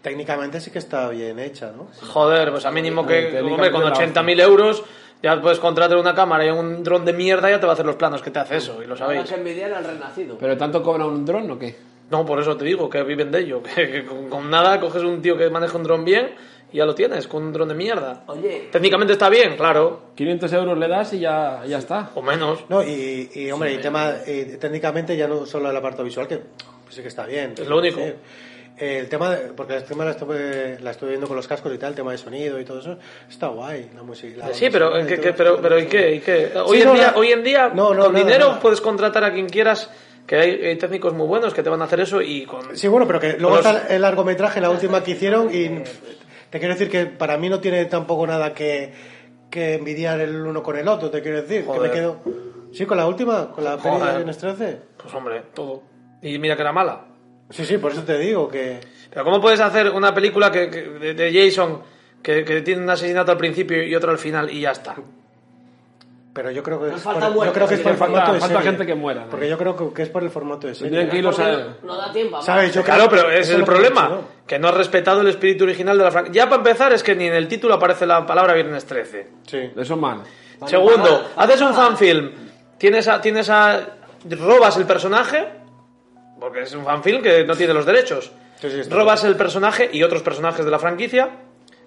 Speaker 1: técnicamente sí que está bien hecha, ¿no?
Speaker 4: Joder, pues a mínimo que
Speaker 2: Técnicamente
Speaker 4: hombre, con
Speaker 2: la
Speaker 4: 80.000 euros ya puedes contratar una cámara y un dron de mierda ya te va a hacer los planos que te hace eso, y lo
Speaker 3: Ahora
Speaker 4: sabéis.
Speaker 3: que envidiar al renacido.
Speaker 2: ¿Pero tanto cobra un dron o qué?
Speaker 4: No, por eso te digo, que viven de ello. Que, que con, con nada coges un tío que maneja un dron bien y ya lo tienes, con un dron de mierda.
Speaker 3: Oye,
Speaker 4: Técnicamente está bien, claro,
Speaker 2: 500 euros le das y ya, ya está.
Speaker 4: o menos.
Speaker 1: No, y, y, hombre, y tema, y técnicamente ya no solo el apartado visual, que sí que está bien.
Speaker 4: Es lo único.
Speaker 1: Sí. El tema, de- porque el tema la estuve, la estuve viendo con los cascos y tal, el tema de sonido y todo eso, está guay la música. la
Speaker 4: Sí,
Speaker 1: banda
Speaker 4: pero,
Speaker 1: sonora y
Speaker 4: ¿qué-
Speaker 1: todo
Speaker 4: qué-
Speaker 1: eso,
Speaker 4: pero,
Speaker 1: está
Speaker 4: pero ¿y
Speaker 1: muy
Speaker 4: qué?
Speaker 1: bien.
Speaker 4: ¿Y qué?
Speaker 1: Sí,
Speaker 4: Hoy, en
Speaker 1: no,
Speaker 4: día,
Speaker 1: no.
Speaker 4: hoy en día,
Speaker 1: No, no,
Speaker 4: con
Speaker 1: nada,
Speaker 4: dinero
Speaker 1: nada.
Speaker 4: puedes contratar a quien quieras, que hay, hay técnicos muy buenos que te van a hacer eso y con...
Speaker 1: Sí, bueno, pero que luego
Speaker 4: los-
Speaker 1: está el largometraje, la última que hicieron, y pff, te quiero decir que para mí no tiene tampoco nada que, que envidiar el uno con el otro, te quiero decir, que
Speaker 4: Joder.
Speaker 1: me quedo... Sí, con la última, con la peli de
Speaker 4: Joder.
Speaker 1: Viernes 13.
Speaker 4: Pues hombre, todo. Y mira que era mala.
Speaker 1: Sí, sí, por eso te digo que...
Speaker 4: Pero ¿cómo puedes hacer una película que, que- de, de Jason que, que tiene un asesinato al principio y otro al final y ya está?
Speaker 1: Pero yo creo que
Speaker 3: Nos
Speaker 1: es
Speaker 3: falta
Speaker 1: por,
Speaker 3: muerte,
Speaker 1: yo creo que es por el
Speaker 3: falta-
Speaker 1: formato de
Speaker 2: falta
Speaker 1: serie.
Speaker 2: gente que muera, ¿no?
Speaker 1: Porque yo creo que- que es por el formato de serie.
Speaker 2: Tendrían que irlos
Speaker 3: porque
Speaker 2: a...
Speaker 3: no, no da tiempo. vamos.
Speaker 1: ¿Sabes? Yo
Speaker 4: Claro,
Speaker 1: creo-
Speaker 4: pero ese
Speaker 1: eso
Speaker 4: es el
Speaker 1: lo que
Speaker 4: problema,
Speaker 1: he dicho,
Speaker 4: que no has respetado el espíritu original de la franquicia. Ya para empezar es que ni en el título aparece la palabra Viernes 13.
Speaker 1: ¿no? Sí.
Speaker 2: Eso mal.
Speaker 3: Vale,
Speaker 4: Segundo,
Speaker 3: para-
Speaker 4: haces
Speaker 1: Ah.
Speaker 4: un fanfilm, tienes a, tienes a, robas el personaje, porque es un fanfilm que no tiene los derechos.
Speaker 1: Sí, sí, está
Speaker 4: robas el personaje y otros personajes de la franquicia,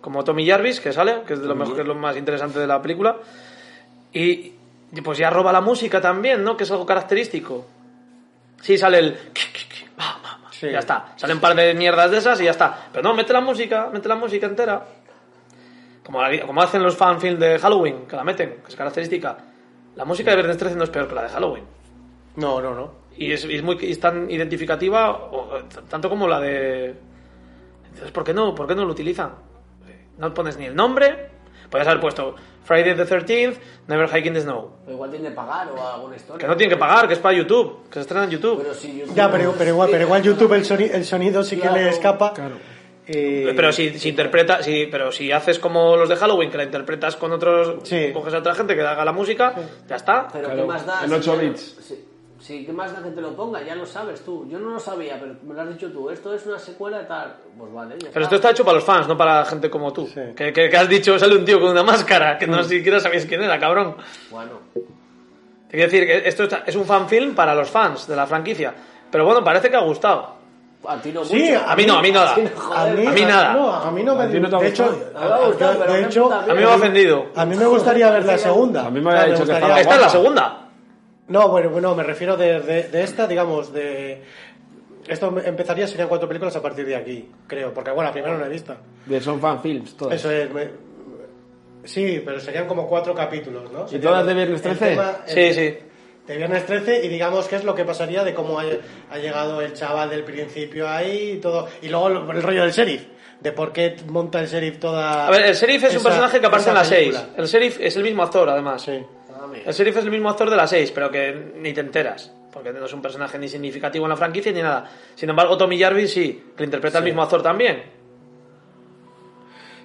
Speaker 4: como Tommy Jarvis, que sale, que es, de lo, mejor, que es lo más interesante de la película. Y y pues ya roba la música también, ¿no? Que es algo característico. Sí, sale el... va, va, va,
Speaker 1: Sí.
Speaker 4: Ya está. Sale un par de mierdas de esas y ya está. Pero no, mete la música, mete la música entera. Como, la- como hacen los fanfilms de Halloween, que la meten, que es característica. La música de Viernes 13 no es peor que la de Halloween.
Speaker 1: No, no, no.
Speaker 4: Y es, y es muy, y es tan identificativa o- o t- tanto como la de... Entonces, ¿por qué no, por qué no lo utilizan? No pones ni el nombre. Podrías haber puesto Friday the 13th, Never Hike in the Snow.
Speaker 3: O Igual tiene que pagar o alguna historia.
Speaker 4: Que no tienen que pagar, que es para YouTube, que se estrena en YouTube.
Speaker 3: Pero si YouTube-
Speaker 1: Ya, pero, pero igual, pero igual YouTube el sonido, el sonido sí que
Speaker 3: Claro.
Speaker 1: le escapa.
Speaker 2: Claro.
Speaker 1: Eh,
Speaker 4: Pero si, si interpreta, si, pero si haces como los de Halloween, que la interpretas con otros,
Speaker 1: Sí.
Speaker 4: coges a otra gente que haga la música, ya está.
Speaker 3: Pero
Speaker 2: Claro,
Speaker 3: ¿qué más da?
Speaker 2: en
Speaker 3: si
Speaker 2: ocho
Speaker 3: ya lo-
Speaker 2: bits.
Speaker 3: Sí, sí, ¿qué más da que te lo ponga? Ya lo sabes tú. Yo no lo sabía, pero me lo has dicho tú. Esto es una secuela de tal. Pues vale. ya
Speaker 4: Pero esto está hecho para los fans, no para gente como tú.
Speaker 1: Sí. Mm.
Speaker 4: Que, que- que has dicho, sale un tío con una máscara, que no siquiera sabías quién era, cabrón.
Speaker 3: Bueno,
Speaker 4: Te quiero decir que esto está- es un fanfilm para los fans de la franquicia. Pero bueno, parece que ha gustado.
Speaker 3: a ti no mucho.
Speaker 1: Sí,
Speaker 4: A mí no, a mí nada.
Speaker 1: A mí,
Speaker 4: A mí nada.
Speaker 1: No, a mí no me
Speaker 2: A ti no te ha
Speaker 1: de hecho,
Speaker 2: gustado.
Speaker 1: a-
Speaker 3: Me va a gustar,
Speaker 1: yo-
Speaker 3: pero
Speaker 1: de
Speaker 3: qué
Speaker 1: hecho,
Speaker 3: puta
Speaker 4: A mí me ha ofendido.
Speaker 1: a mí me gustaría ver la segunda.
Speaker 2: A mí me había dicho que
Speaker 1: gustaría-
Speaker 2: Ah,
Speaker 4: Esta es la
Speaker 2: guapa.
Speaker 4: segunda.
Speaker 1: No, bueno, bueno, me refiero de, de- de esta, digamos, de... Esto empezaría, serían cuatro películas a partir de aquí, creo. Porque, bueno, la primera no la he visto.
Speaker 2: De Son Fan Films, todas.
Speaker 1: Eso es. me- Sí, pero serían como cuatro capítulos, ¿no?
Speaker 2: todas de Viernes
Speaker 1: el
Speaker 2: 13?
Speaker 1: tema-
Speaker 4: Sí,
Speaker 1: el-
Speaker 4: sí.
Speaker 1: de Viernes 13 y digamos qué es lo que pasaría de cómo ha, ha llegado el chaval del principio ahí y todo. Y luego lo- el rollo del sheriff, de por qué monta el sheriff toda.
Speaker 4: A ver, el sheriff es un
Speaker 1: esa-
Speaker 4: personaje que
Speaker 1: esa
Speaker 4: aparece en la 6.
Speaker 1: película.
Speaker 4: El sheriff es el mismo actor, además.
Speaker 1: Sí.
Speaker 3: Ah, mira.
Speaker 4: El sheriff es el mismo actor de la 6, pero que ni te enteras. Porque no es un personaje ni significativo en la franquicia ni nada. Sin embargo, Tommy Jarvis sí, que interpreta el mismo actor también.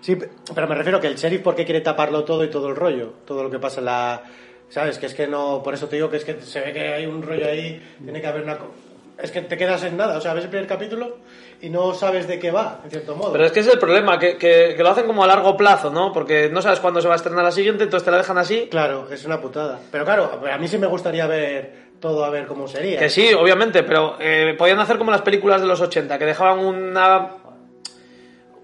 Speaker 1: Sí, pe- pero me refiero que el sheriff, ¿por qué quiere taparlo todo y todo el rollo? Todo lo que pasa en la. ¿Sabes? Que es que no. Por eso te digo que es que se ve que hay un rollo ahí, tiene que haber una. co- Es que te quedas en nada, o sea, ves el primer capítulo y no sabes de qué va, en cierto modo.
Speaker 4: Pero es que ese es el problema, que, que- que lo hacen como a largo plazo, ¿no? Porque no sabes cuándo se va a estrenar la siguiente, entonces te la dejan así.
Speaker 1: Claro, es una putada. Pero claro, a mí sí me gustaría ver todo a ver cómo sería.
Speaker 4: Que sí, obviamente, pero eh, podían hacer como las películas de los 80, que dejaban una,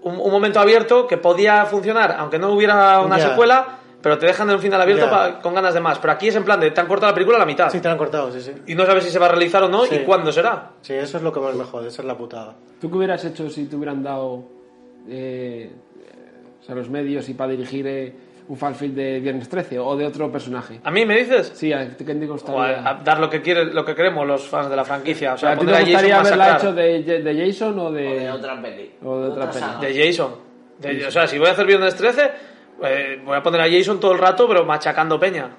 Speaker 4: un, un momento abierto que podía funcionar, aunque no hubiera una
Speaker 1: Ya.
Speaker 4: secuela, pero te dejan en un final abierto
Speaker 1: Ya.
Speaker 4: pa- con ganas de más. Pero aquí es en plan de te han cortado la película a la mitad.
Speaker 1: Sí, te lo han cortado, sí, sí.
Speaker 4: Y no sabes si se va a realizar o no
Speaker 1: Sí.
Speaker 4: y cuándo será.
Speaker 1: Sí, eso es lo que más me jode, esa es la putada.
Speaker 2: ¿Tú qué hubieras hecho si te hubieran dado eh, o sea, los medios y para dirigir eh, un fanfic de Viernes 13 o de otro personaje?
Speaker 4: ¿A mí me dices?
Speaker 2: Sí, Ah. ¿a ti qué te
Speaker 4: O
Speaker 2: gustaría?
Speaker 4: a- a dar lo que quiere, lo que queremos los fans de la franquicia. O
Speaker 2: O sea,
Speaker 4: sea,
Speaker 2: ¿A ti
Speaker 4: poner a
Speaker 2: te
Speaker 4: Jason
Speaker 2: gustaría haberla
Speaker 4: masacrar.
Speaker 2: hecho de, de Jason o de...?
Speaker 3: O de eh, otra peli.
Speaker 2: O de otra peli.
Speaker 3: saga.
Speaker 4: De Jason. De- o sea, si voy a hacer Viernes 13, eh, voy a poner a Jason todo el rato, pero machacando peña.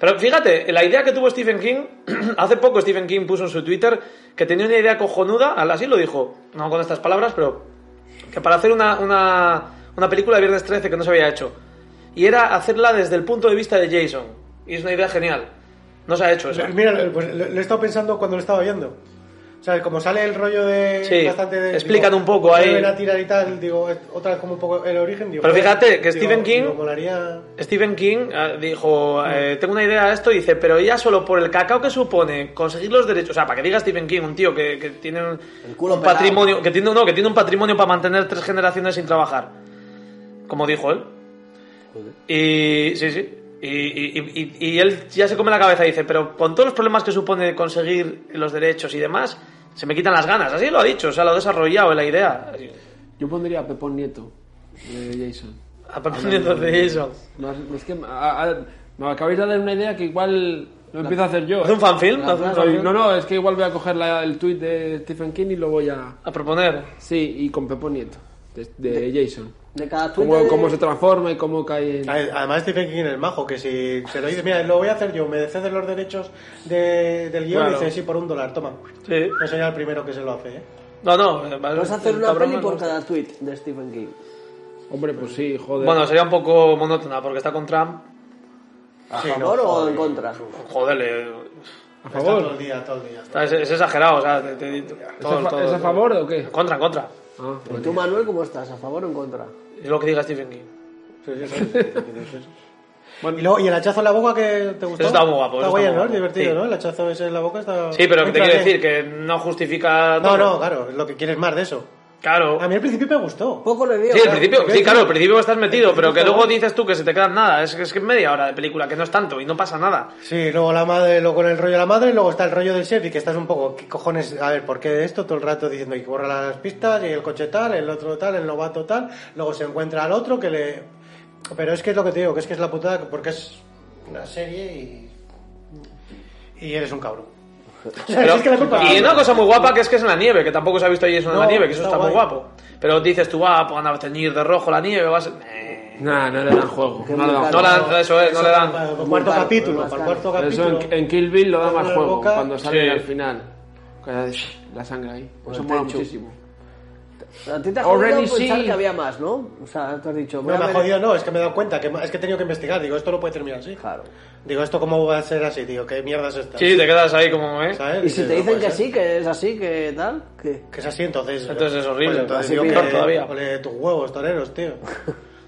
Speaker 4: Pero fíjate, la idea que tuvo Stephen King, hace poco Stephen King puso en su Twitter que tenía una idea cojonuda, al así lo dijo, no con estas palabras, pero que para hacer una, una, una película de Viernes 13 que no se había hecho, y era hacerla desde el punto de vista de Jason. Y es una idea genial. No se ha hecho eso.
Speaker 1: Mira, pues lo, lo he estado pensando cuando lo estaba viendo. O sea, como sale el rollo de...
Speaker 4: Sí,
Speaker 1: bastante de-
Speaker 4: explican
Speaker 1: digo,
Speaker 4: un poco ahí.
Speaker 1: vuelven a tirar y tal, digo, es- otra vez como un poco el origen, digo...
Speaker 4: Pero
Speaker 1: joder,
Speaker 4: fíjate
Speaker 1: digo,
Speaker 4: que Stephen King-
Speaker 1: digo, molaría-
Speaker 4: Stephen King ah, dijo, eh, tengo una idea de esto, y dice, pero ya solo por el cacao que supone conseguir los derechos, o sea, para que diga Stephen King, un tío que, que tiene un,
Speaker 3: El culo
Speaker 4: un
Speaker 3: pelado.
Speaker 4: patrimonio, que tiene, no, que tiene un patrimonio para mantener tres generaciones sin trabajar, como dijo él. Y sí, sí. Y, y- y- y- y él ya se come la cabeza y dice, pero con todos los problemas que supone conseguir los derechos y demás, se me quitan las ganas. Así lo ha dicho, o sea, lo ha desarrollado la idea.
Speaker 2: Yo pondría a Pepón Nieto de Jason.
Speaker 4: Aprendiendo de eso.
Speaker 2: No, es que a- a- me acabáis de dar una idea que igual lo empiezo a hacer yo.
Speaker 4: ¿Haz un fanfilm?
Speaker 2: No,
Speaker 4: ¿Haz un fanfilm?
Speaker 2: no, no, es que igual voy a coger la- el tweet de Stephen King y lo voy a...
Speaker 4: A proponer.
Speaker 2: Sí, y con Pepón Nieto, de, de Jason.
Speaker 3: De cada tweet
Speaker 2: Cómo,
Speaker 3: de-
Speaker 2: cómo se transforma y cómo cae... en-
Speaker 1: Además Stephen King es majo, que si se lo dices, mira, lo voy a hacer yo, me de los derechos de- del guión,
Speaker 4: Claro.
Speaker 1: dice, sí, por un dólar, toma.
Speaker 4: Sí.
Speaker 1: No sería el primero que se lo hace, ¿eh?
Speaker 4: No, no.
Speaker 3: Vas a hacer una
Speaker 4: cabrón,
Speaker 3: peli
Speaker 4: no.
Speaker 3: por cada tweet de Stephen King.
Speaker 2: Hombre, pues sí, joder.
Speaker 4: Bueno, sería un poco monótona porque está con Trump.
Speaker 3: ¿A
Speaker 1: Sí,
Speaker 3: favor
Speaker 1: no,
Speaker 3: o
Speaker 1: joder.
Speaker 3: en contra?
Speaker 4: Joder, le-
Speaker 2: ¿a
Speaker 1: Está
Speaker 2: favor?
Speaker 1: todo el día, todo el día.
Speaker 4: es, es exagerado. O sea, te- te-
Speaker 2: ¿Es
Speaker 4: todo,
Speaker 2: a fa-
Speaker 4: todo,
Speaker 2: ¿Es a
Speaker 4: todo.
Speaker 2: favor o qué?
Speaker 4: En Contra, en contra.
Speaker 2: Ah,
Speaker 3: ¿Y tú, Manuel, cómo estás? ¿A favor o en contra?
Speaker 4: Es lo que diga Stephen King.
Speaker 1: y, luego, y el hachazo en la boca que te gustó.
Speaker 4: Eso está muy guapo,
Speaker 1: Está
Speaker 4: eso
Speaker 1: guay,
Speaker 4: está muy
Speaker 1: ¿no?
Speaker 4: guapo,
Speaker 1: divertido,
Speaker 4: sí.
Speaker 1: ¿no? El hachazo ese en la boca está.
Speaker 4: Sí, pero que te
Speaker 1: Entra bien.
Speaker 4: quiero decir que no justifica.
Speaker 1: No,
Speaker 4: todo.
Speaker 1: no, claro, es lo que quieres más de eso.
Speaker 4: Claro.
Speaker 1: A mí al principio me gustó.
Speaker 3: Poco le veo.
Speaker 4: Sí, al
Speaker 3: claro.
Speaker 4: principio,
Speaker 1: ¿qué?
Speaker 4: sí, claro, al principio estás metido, pero que
Speaker 1: está
Speaker 4: luego
Speaker 1: guay.
Speaker 4: dices tú que se te quedan nada. Es, que- es que es media hora de película, que no es tanto y no pasa nada.
Speaker 1: Sí, luego la madre, luego con el rollo de la madre, luego está el rollo del sheriff, que estás un poco, ¿qué cojones? A ver, ¿por qué esto? Todo el rato diciendo que borra las pistas, y el coche tal, el otro tal, el novato tal, luego se encuentra al otro que le. Pero es que es lo que te digo, que es que es la putada, porque es una serie y. Y eres un cabrón.
Speaker 4: Pero-
Speaker 1: es que la culpa
Speaker 4: y una cosa muy guapa que es que es en la nieve, que tampoco se ha visto ahí eso en
Speaker 1: No,
Speaker 4: la nieve, que eso
Speaker 1: está
Speaker 4: está muy
Speaker 1: guay.
Speaker 4: guapo. Pero dices tú, ah, pues van a teñir de rojo la nieve, vas. Eh.
Speaker 2: Nah, no le dan juego.
Speaker 3: Qué
Speaker 2: No le dan
Speaker 3: brutal.
Speaker 4: No
Speaker 2: juego.
Speaker 4: le dan, eso es, no le dan.
Speaker 1: Para el
Speaker 3: Muy
Speaker 1: cuarto
Speaker 3: caro,
Speaker 1: capítulo,
Speaker 3: muy
Speaker 1: para el cuarto
Speaker 2: Pero eso
Speaker 1: capítulo.
Speaker 2: en, en Kill Bill lo da
Speaker 1: Cuando
Speaker 2: más
Speaker 1: la
Speaker 2: juego,
Speaker 1: boca-
Speaker 2: cuando sale
Speaker 4: Sí.
Speaker 2: al final. Cuando- La sangre ahí. Eso
Speaker 3: el
Speaker 2: mola
Speaker 3: techo.
Speaker 2: muchísimo.
Speaker 3: A ti te ha jodido
Speaker 2: Already
Speaker 3: pensar
Speaker 2: sí.
Speaker 3: que había más, ¿no? O sea, tú has dicho... voy
Speaker 1: No,
Speaker 3: a
Speaker 1: me ha
Speaker 3: ver-
Speaker 1: jodido, no, es que me he dado cuenta, que es que he tenido que investigar, digo, esto no puede terminar así.
Speaker 3: Claro.
Speaker 1: Digo, ¿esto cómo va a ser así, tío? ¿Qué mierda es esta?
Speaker 4: Sí, te quedas ahí como, ¿eh?
Speaker 1: ¿Sabes?
Speaker 3: Y si
Speaker 1: Dices,
Speaker 3: te
Speaker 1: no
Speaker 3: dicen
Speaker 1: puede
Speaker 3: que
Speaker 1: ser.
Speaker 3: sí, que es así, que tal, que...
Speaker 1: Que es así, entonces.
Speaker 4: Entonces es horrible,
Speaker 1: Pues entonces
Speaker 4: así
Speaker 1: digo
Speaker 4: peor
Speaker 1: que-
Speaker 4: todavía.
Speaker 1: ole tus huevos, toreros, tío.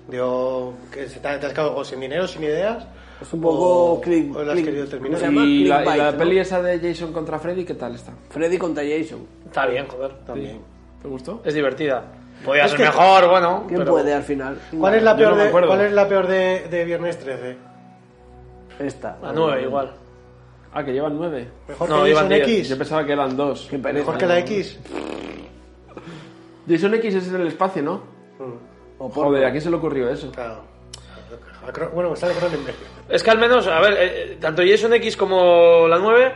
Speaker 1: digo, que se te ha atascado o sin dinero, sin ideas.
Speaker 3: Es un poco
Speaker 1: o,
Speaker 3: click-
Speaker 1: o lo has
Speaker 3: click-
Speaker 1: querido terminar.
Speaker 3: Se llama
Speaker 2: Y la, y la
Speaker 3: Clickbait, ¿no?
Speaker 2: peli esa de Jason contra Freddy, ¿qué tal está?
Speaker 3: Freddy contra Jason.
Speaker 4: Está bien, joder.
Speaker 1: También.
Speaker 2: ¿Te gustó?
Speaker 4: Es divertida. Podía
Speaker 1: Es
Speaker 4: ser
Speaker 1: que-
Speaker 4: mejor, bueno.
Speaker 3: ¿Quién
Speaker 4: pero-
Speaker 3: puede al final?
Speaker 1: ¿Cuál es la
Speaker 2: Yo
Speaker 1: peor,
Speaker 2: no me
Speaker 1: de,
Speaker 2: acuerdo.
Speaker 1: ¿cuál es la peor de, de Viernes 13?
Speaker 3: Esta.
Speaker 4: La 9 igual.
Speaker 2: Ah, que llevan nueve.
Speaker 1: ¿Mejor
Speaker 4: No,
Speaker 1: que
Speaker 4: iban
Speaker 1: Jason
Speaker 4: diez.
Speaker 1: X?
Speaker 2: Yo pensaba que eran dos.
Speaker 3: Qué pereza.
Speaker 1: ¿Mejor que la X?
Speaker 2: Jason X es en el espacio, ¿no?
Speaker 1: Mm,
Speaker 3: O porno. Mm.
Speaker 2: Joder, ¿a quién se le ocurrió eso?
Speaker 1: claro. A Cro- Bueno, sale Cronenberg.
Speaker 4: Es que al menos, a ver, eh, eh, tanto Jason X como la 9,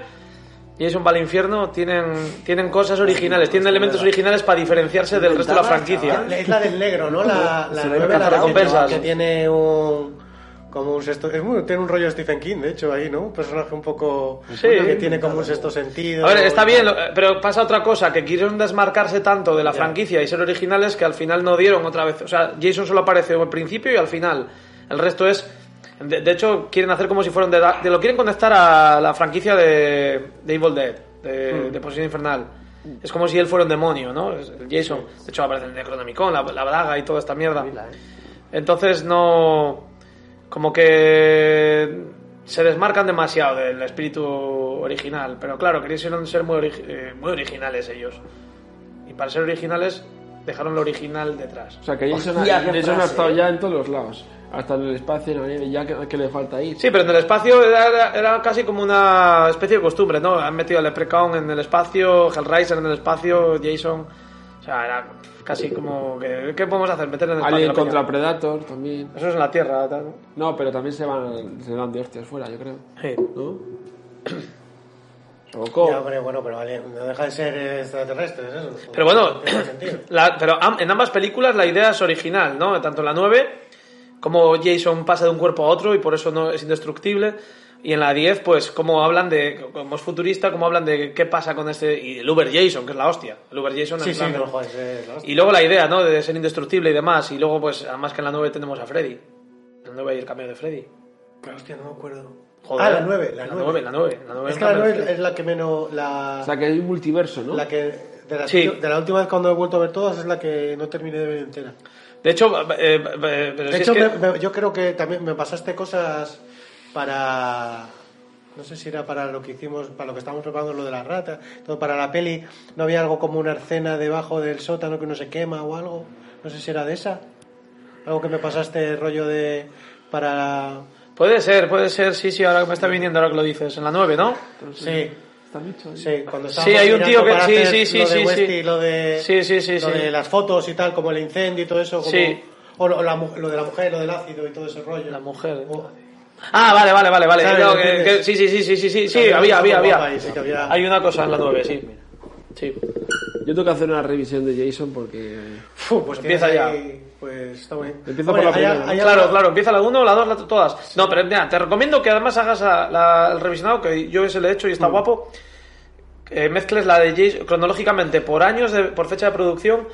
Speaker 4: Jason va al infierno, tienen, tienen cosas originales, tienen elementos originales para diferenciarse del resto de la franquicia.
Speaker 1: Ah, Es la del negro, ¿no? La, la
Speaker 2: Se le
Speaker 1: nueve, la que
Speaker 2: ve
Speaker 4: cazar
Speaker 1: tiene-
Speaker 4: recompensas.
Speaker 1: Que tiene un... Como un sexto... Es muy, tiene un rollo Stephen King, de hecho, ahí, ¿no? Un personaje un poco...
Speaker 4: Sí.
Speaker 1: bueno, que tiene como un sexto sentido.
Speaker 4: A ver, está bien, lo- eh, pero pasa otra cosa, que quisieron desmarcarse tanto de la franquicia y ser originales que al final no dieron otra vez. O sea, Jason solo apareció al principio y al final. El resto es... De, de hecho, quieren hacer como si fueran de, de- Lo quieren conectar a la franquicia de, de Evil Dead, de, de Posesión Infernal. Es como si él fuera un demonio, ¿no? Es- el Jason. De hecho, aparece en el Necronomicon, la, la daga y toda esta mierda. Entonces no. Como que. Se desmarcan demasiado del espíritu original. Pero claro, querían ser muy, ori- eh, muy originales ellos. Y para ser originales, dejaron lo original detrás.
Speaker 2: O sea, que Jason,
Speaker 3: Hostia, qué
Speaker 2: Jason ha
Speaker 3: frase,
Speaker 2: estado
Speaker 3: eh.
Speaker 2: ya en todos los lados. Hasta en el espacio, en la nieve, ya que, que le falta ir.
Speaker 4: Sí, pero en el espacio era, era- era casi como una especie de costumbre, ¿no? Han metido a Leprechaun en el espacio, Hellraiser en el espacio, Jason. O sea, era casi como. Que, ¿Qué podemos hacer? Meter en el espacio.
Speaker 2: Alien
Speaker 4: la peña.
Speaker 2: contra Predator también.
Speaker 4: Eso es en la Tierra, tal. ¿no?
Speaker 2: No, pero también se van, se van de hostias fuera, yo creo. ¿No? Robocop.
Speaker 1: Ya, pero bueno, pero vale, no deja de ser eh, extraterrestres, eso.
Speaker 4: Pero bueno,
Speaker 1: Tiene sentido.
Speaker 4: la- pero am- en ambas películas la idea es original, ¿no? Tanto en la 9 como Jason pasa de un cuerpo a otro y por eso no es indestructible. Y en la 10, pues, como hablan de. Como es futurista, como hablan de qué pasa con este. Y el Uber Jason, que es la hostia. El Uber Jason en
Speaker 1: Sí, sí,
Speaker 4: plan de-
Speaker 1: no, joder, es la hostia.
Speaker 4: Y luego la idea, ¿no? De ser indestructible y demás. Y luego, pues, además que en la 9 tenemos a Freddy. En la 9 hay el cambio de Freddy.
Speaker 1: Hostia, no me acuerdo.
Speaker 4: Joder.
Speaker 1: ah, la 9, la
Speaker 4: La
Speaker 1: 9.
Speaker 4: 9, la 9. La 9
Speaker 1: Es que la
Speaker 4: cambio
Speaker 1: 9
Speaker 4: de Freddy.
Speaker 1: es la que menos... La,
Speaker 2: O sea, que hay un multiverso, ¿no?
Speaker 1: la que... De la,
Speaker 4: Sí.
Speaker 1: de la última vez cuando he vuelto a ver todas es la que no terminé de ver entera.
Speaker 4: De hecho, eh, eh, eh, pero
Speaker 1: De
Speaker 4: si
Speaker 1: hecho,
Speaker 4: es que-
Speaker 1: me- me- yo creo que también me pasaste cosas para... No sé si era para lo que hicimos, para lo que estábamos preparando lo de la rata. Todo para la peli, ¿no había algo como una escena debajo del sótano que uno se quema o algo? No sé si era de esa. Algo que me pasaste rollo de... Para...
Speaker 4: Puede ser, puede ser, sí, sí, ahora que me está viniendo, ahora que lo dices, en la 9, ¿no?
Speaker 1: Sí.
Speaker 2: Está dicho. ahí.
Speaker 1: Sí, cuando
Speaker 4: Sí,
Speaker 1: estábamos
Speaker 4: hay un
Speaker 1: mirando
Speaker 4: tío que-
Speaker 1: para
Speaker 4: sí,
Speaker 1: hacer
Speaker 4: sí, sí,
Speaker 1: lo de
Speaker 4: sí,
Speaker 1: Westy,
Speaker 4: sí.
Speaker 1: lo de
Speaker 4: Sí, sí, sí,
Speaker 1: lo
Speaker 4: sí.
Speaker 1: de las fotos y tal, como el incendio y todo eso, como
Speaker 4: Sí.
Speaker 1: o lo- la, mu- lo de la mujer, lo del ácido y todo ese rollo.
Speaker 4: La mujer.
Speaker 1: O-
Speaker 4: Ah, vale, vale, vale, vale.
Speaker 1: ¿Sabes?
Speaker 4: No,
Speaker 1: ¿Lo
Speaker 4: que-
Speaker 1: entiendes?
Speaker 4: que- sí, sí, sí, sí, sí, sí, sí,
Speaker 1: Había
Speaker 4: había, había,
Speaker 1: una
Speaker 4: había.
Speaker 1: guapa ahí, sí que había-
Speaker 4: Hay una cosa en la 9, sí. Sí.
Speaker 2: Yo tengo que hacer una revisión de Jason porque. eh,
Speaker 1: Fu, pues
Speaker 4: Empieza
Speaker 1: tienes
Speaker 4: ya.
Speaker 1: ahí, pues está muy bien.
Speaker 2: Empieza por la
Speaker 1: hay-
Speaker 2: primera, ¿no?
Speaker 1: hay
Speaker 4: Claro,
Speaker 1: algo-
Speaker 4: claro, empieza la 1, la 2, la, todas. No, pero mira, te recomiendo que además hagas la- la- el revisionado, que yo ese le he hecho y
Speaker 1: Mm.
Speaker 4: está guapo. Eh, mezcles la de Jason cronológicamente por años, de- por fecha de producción.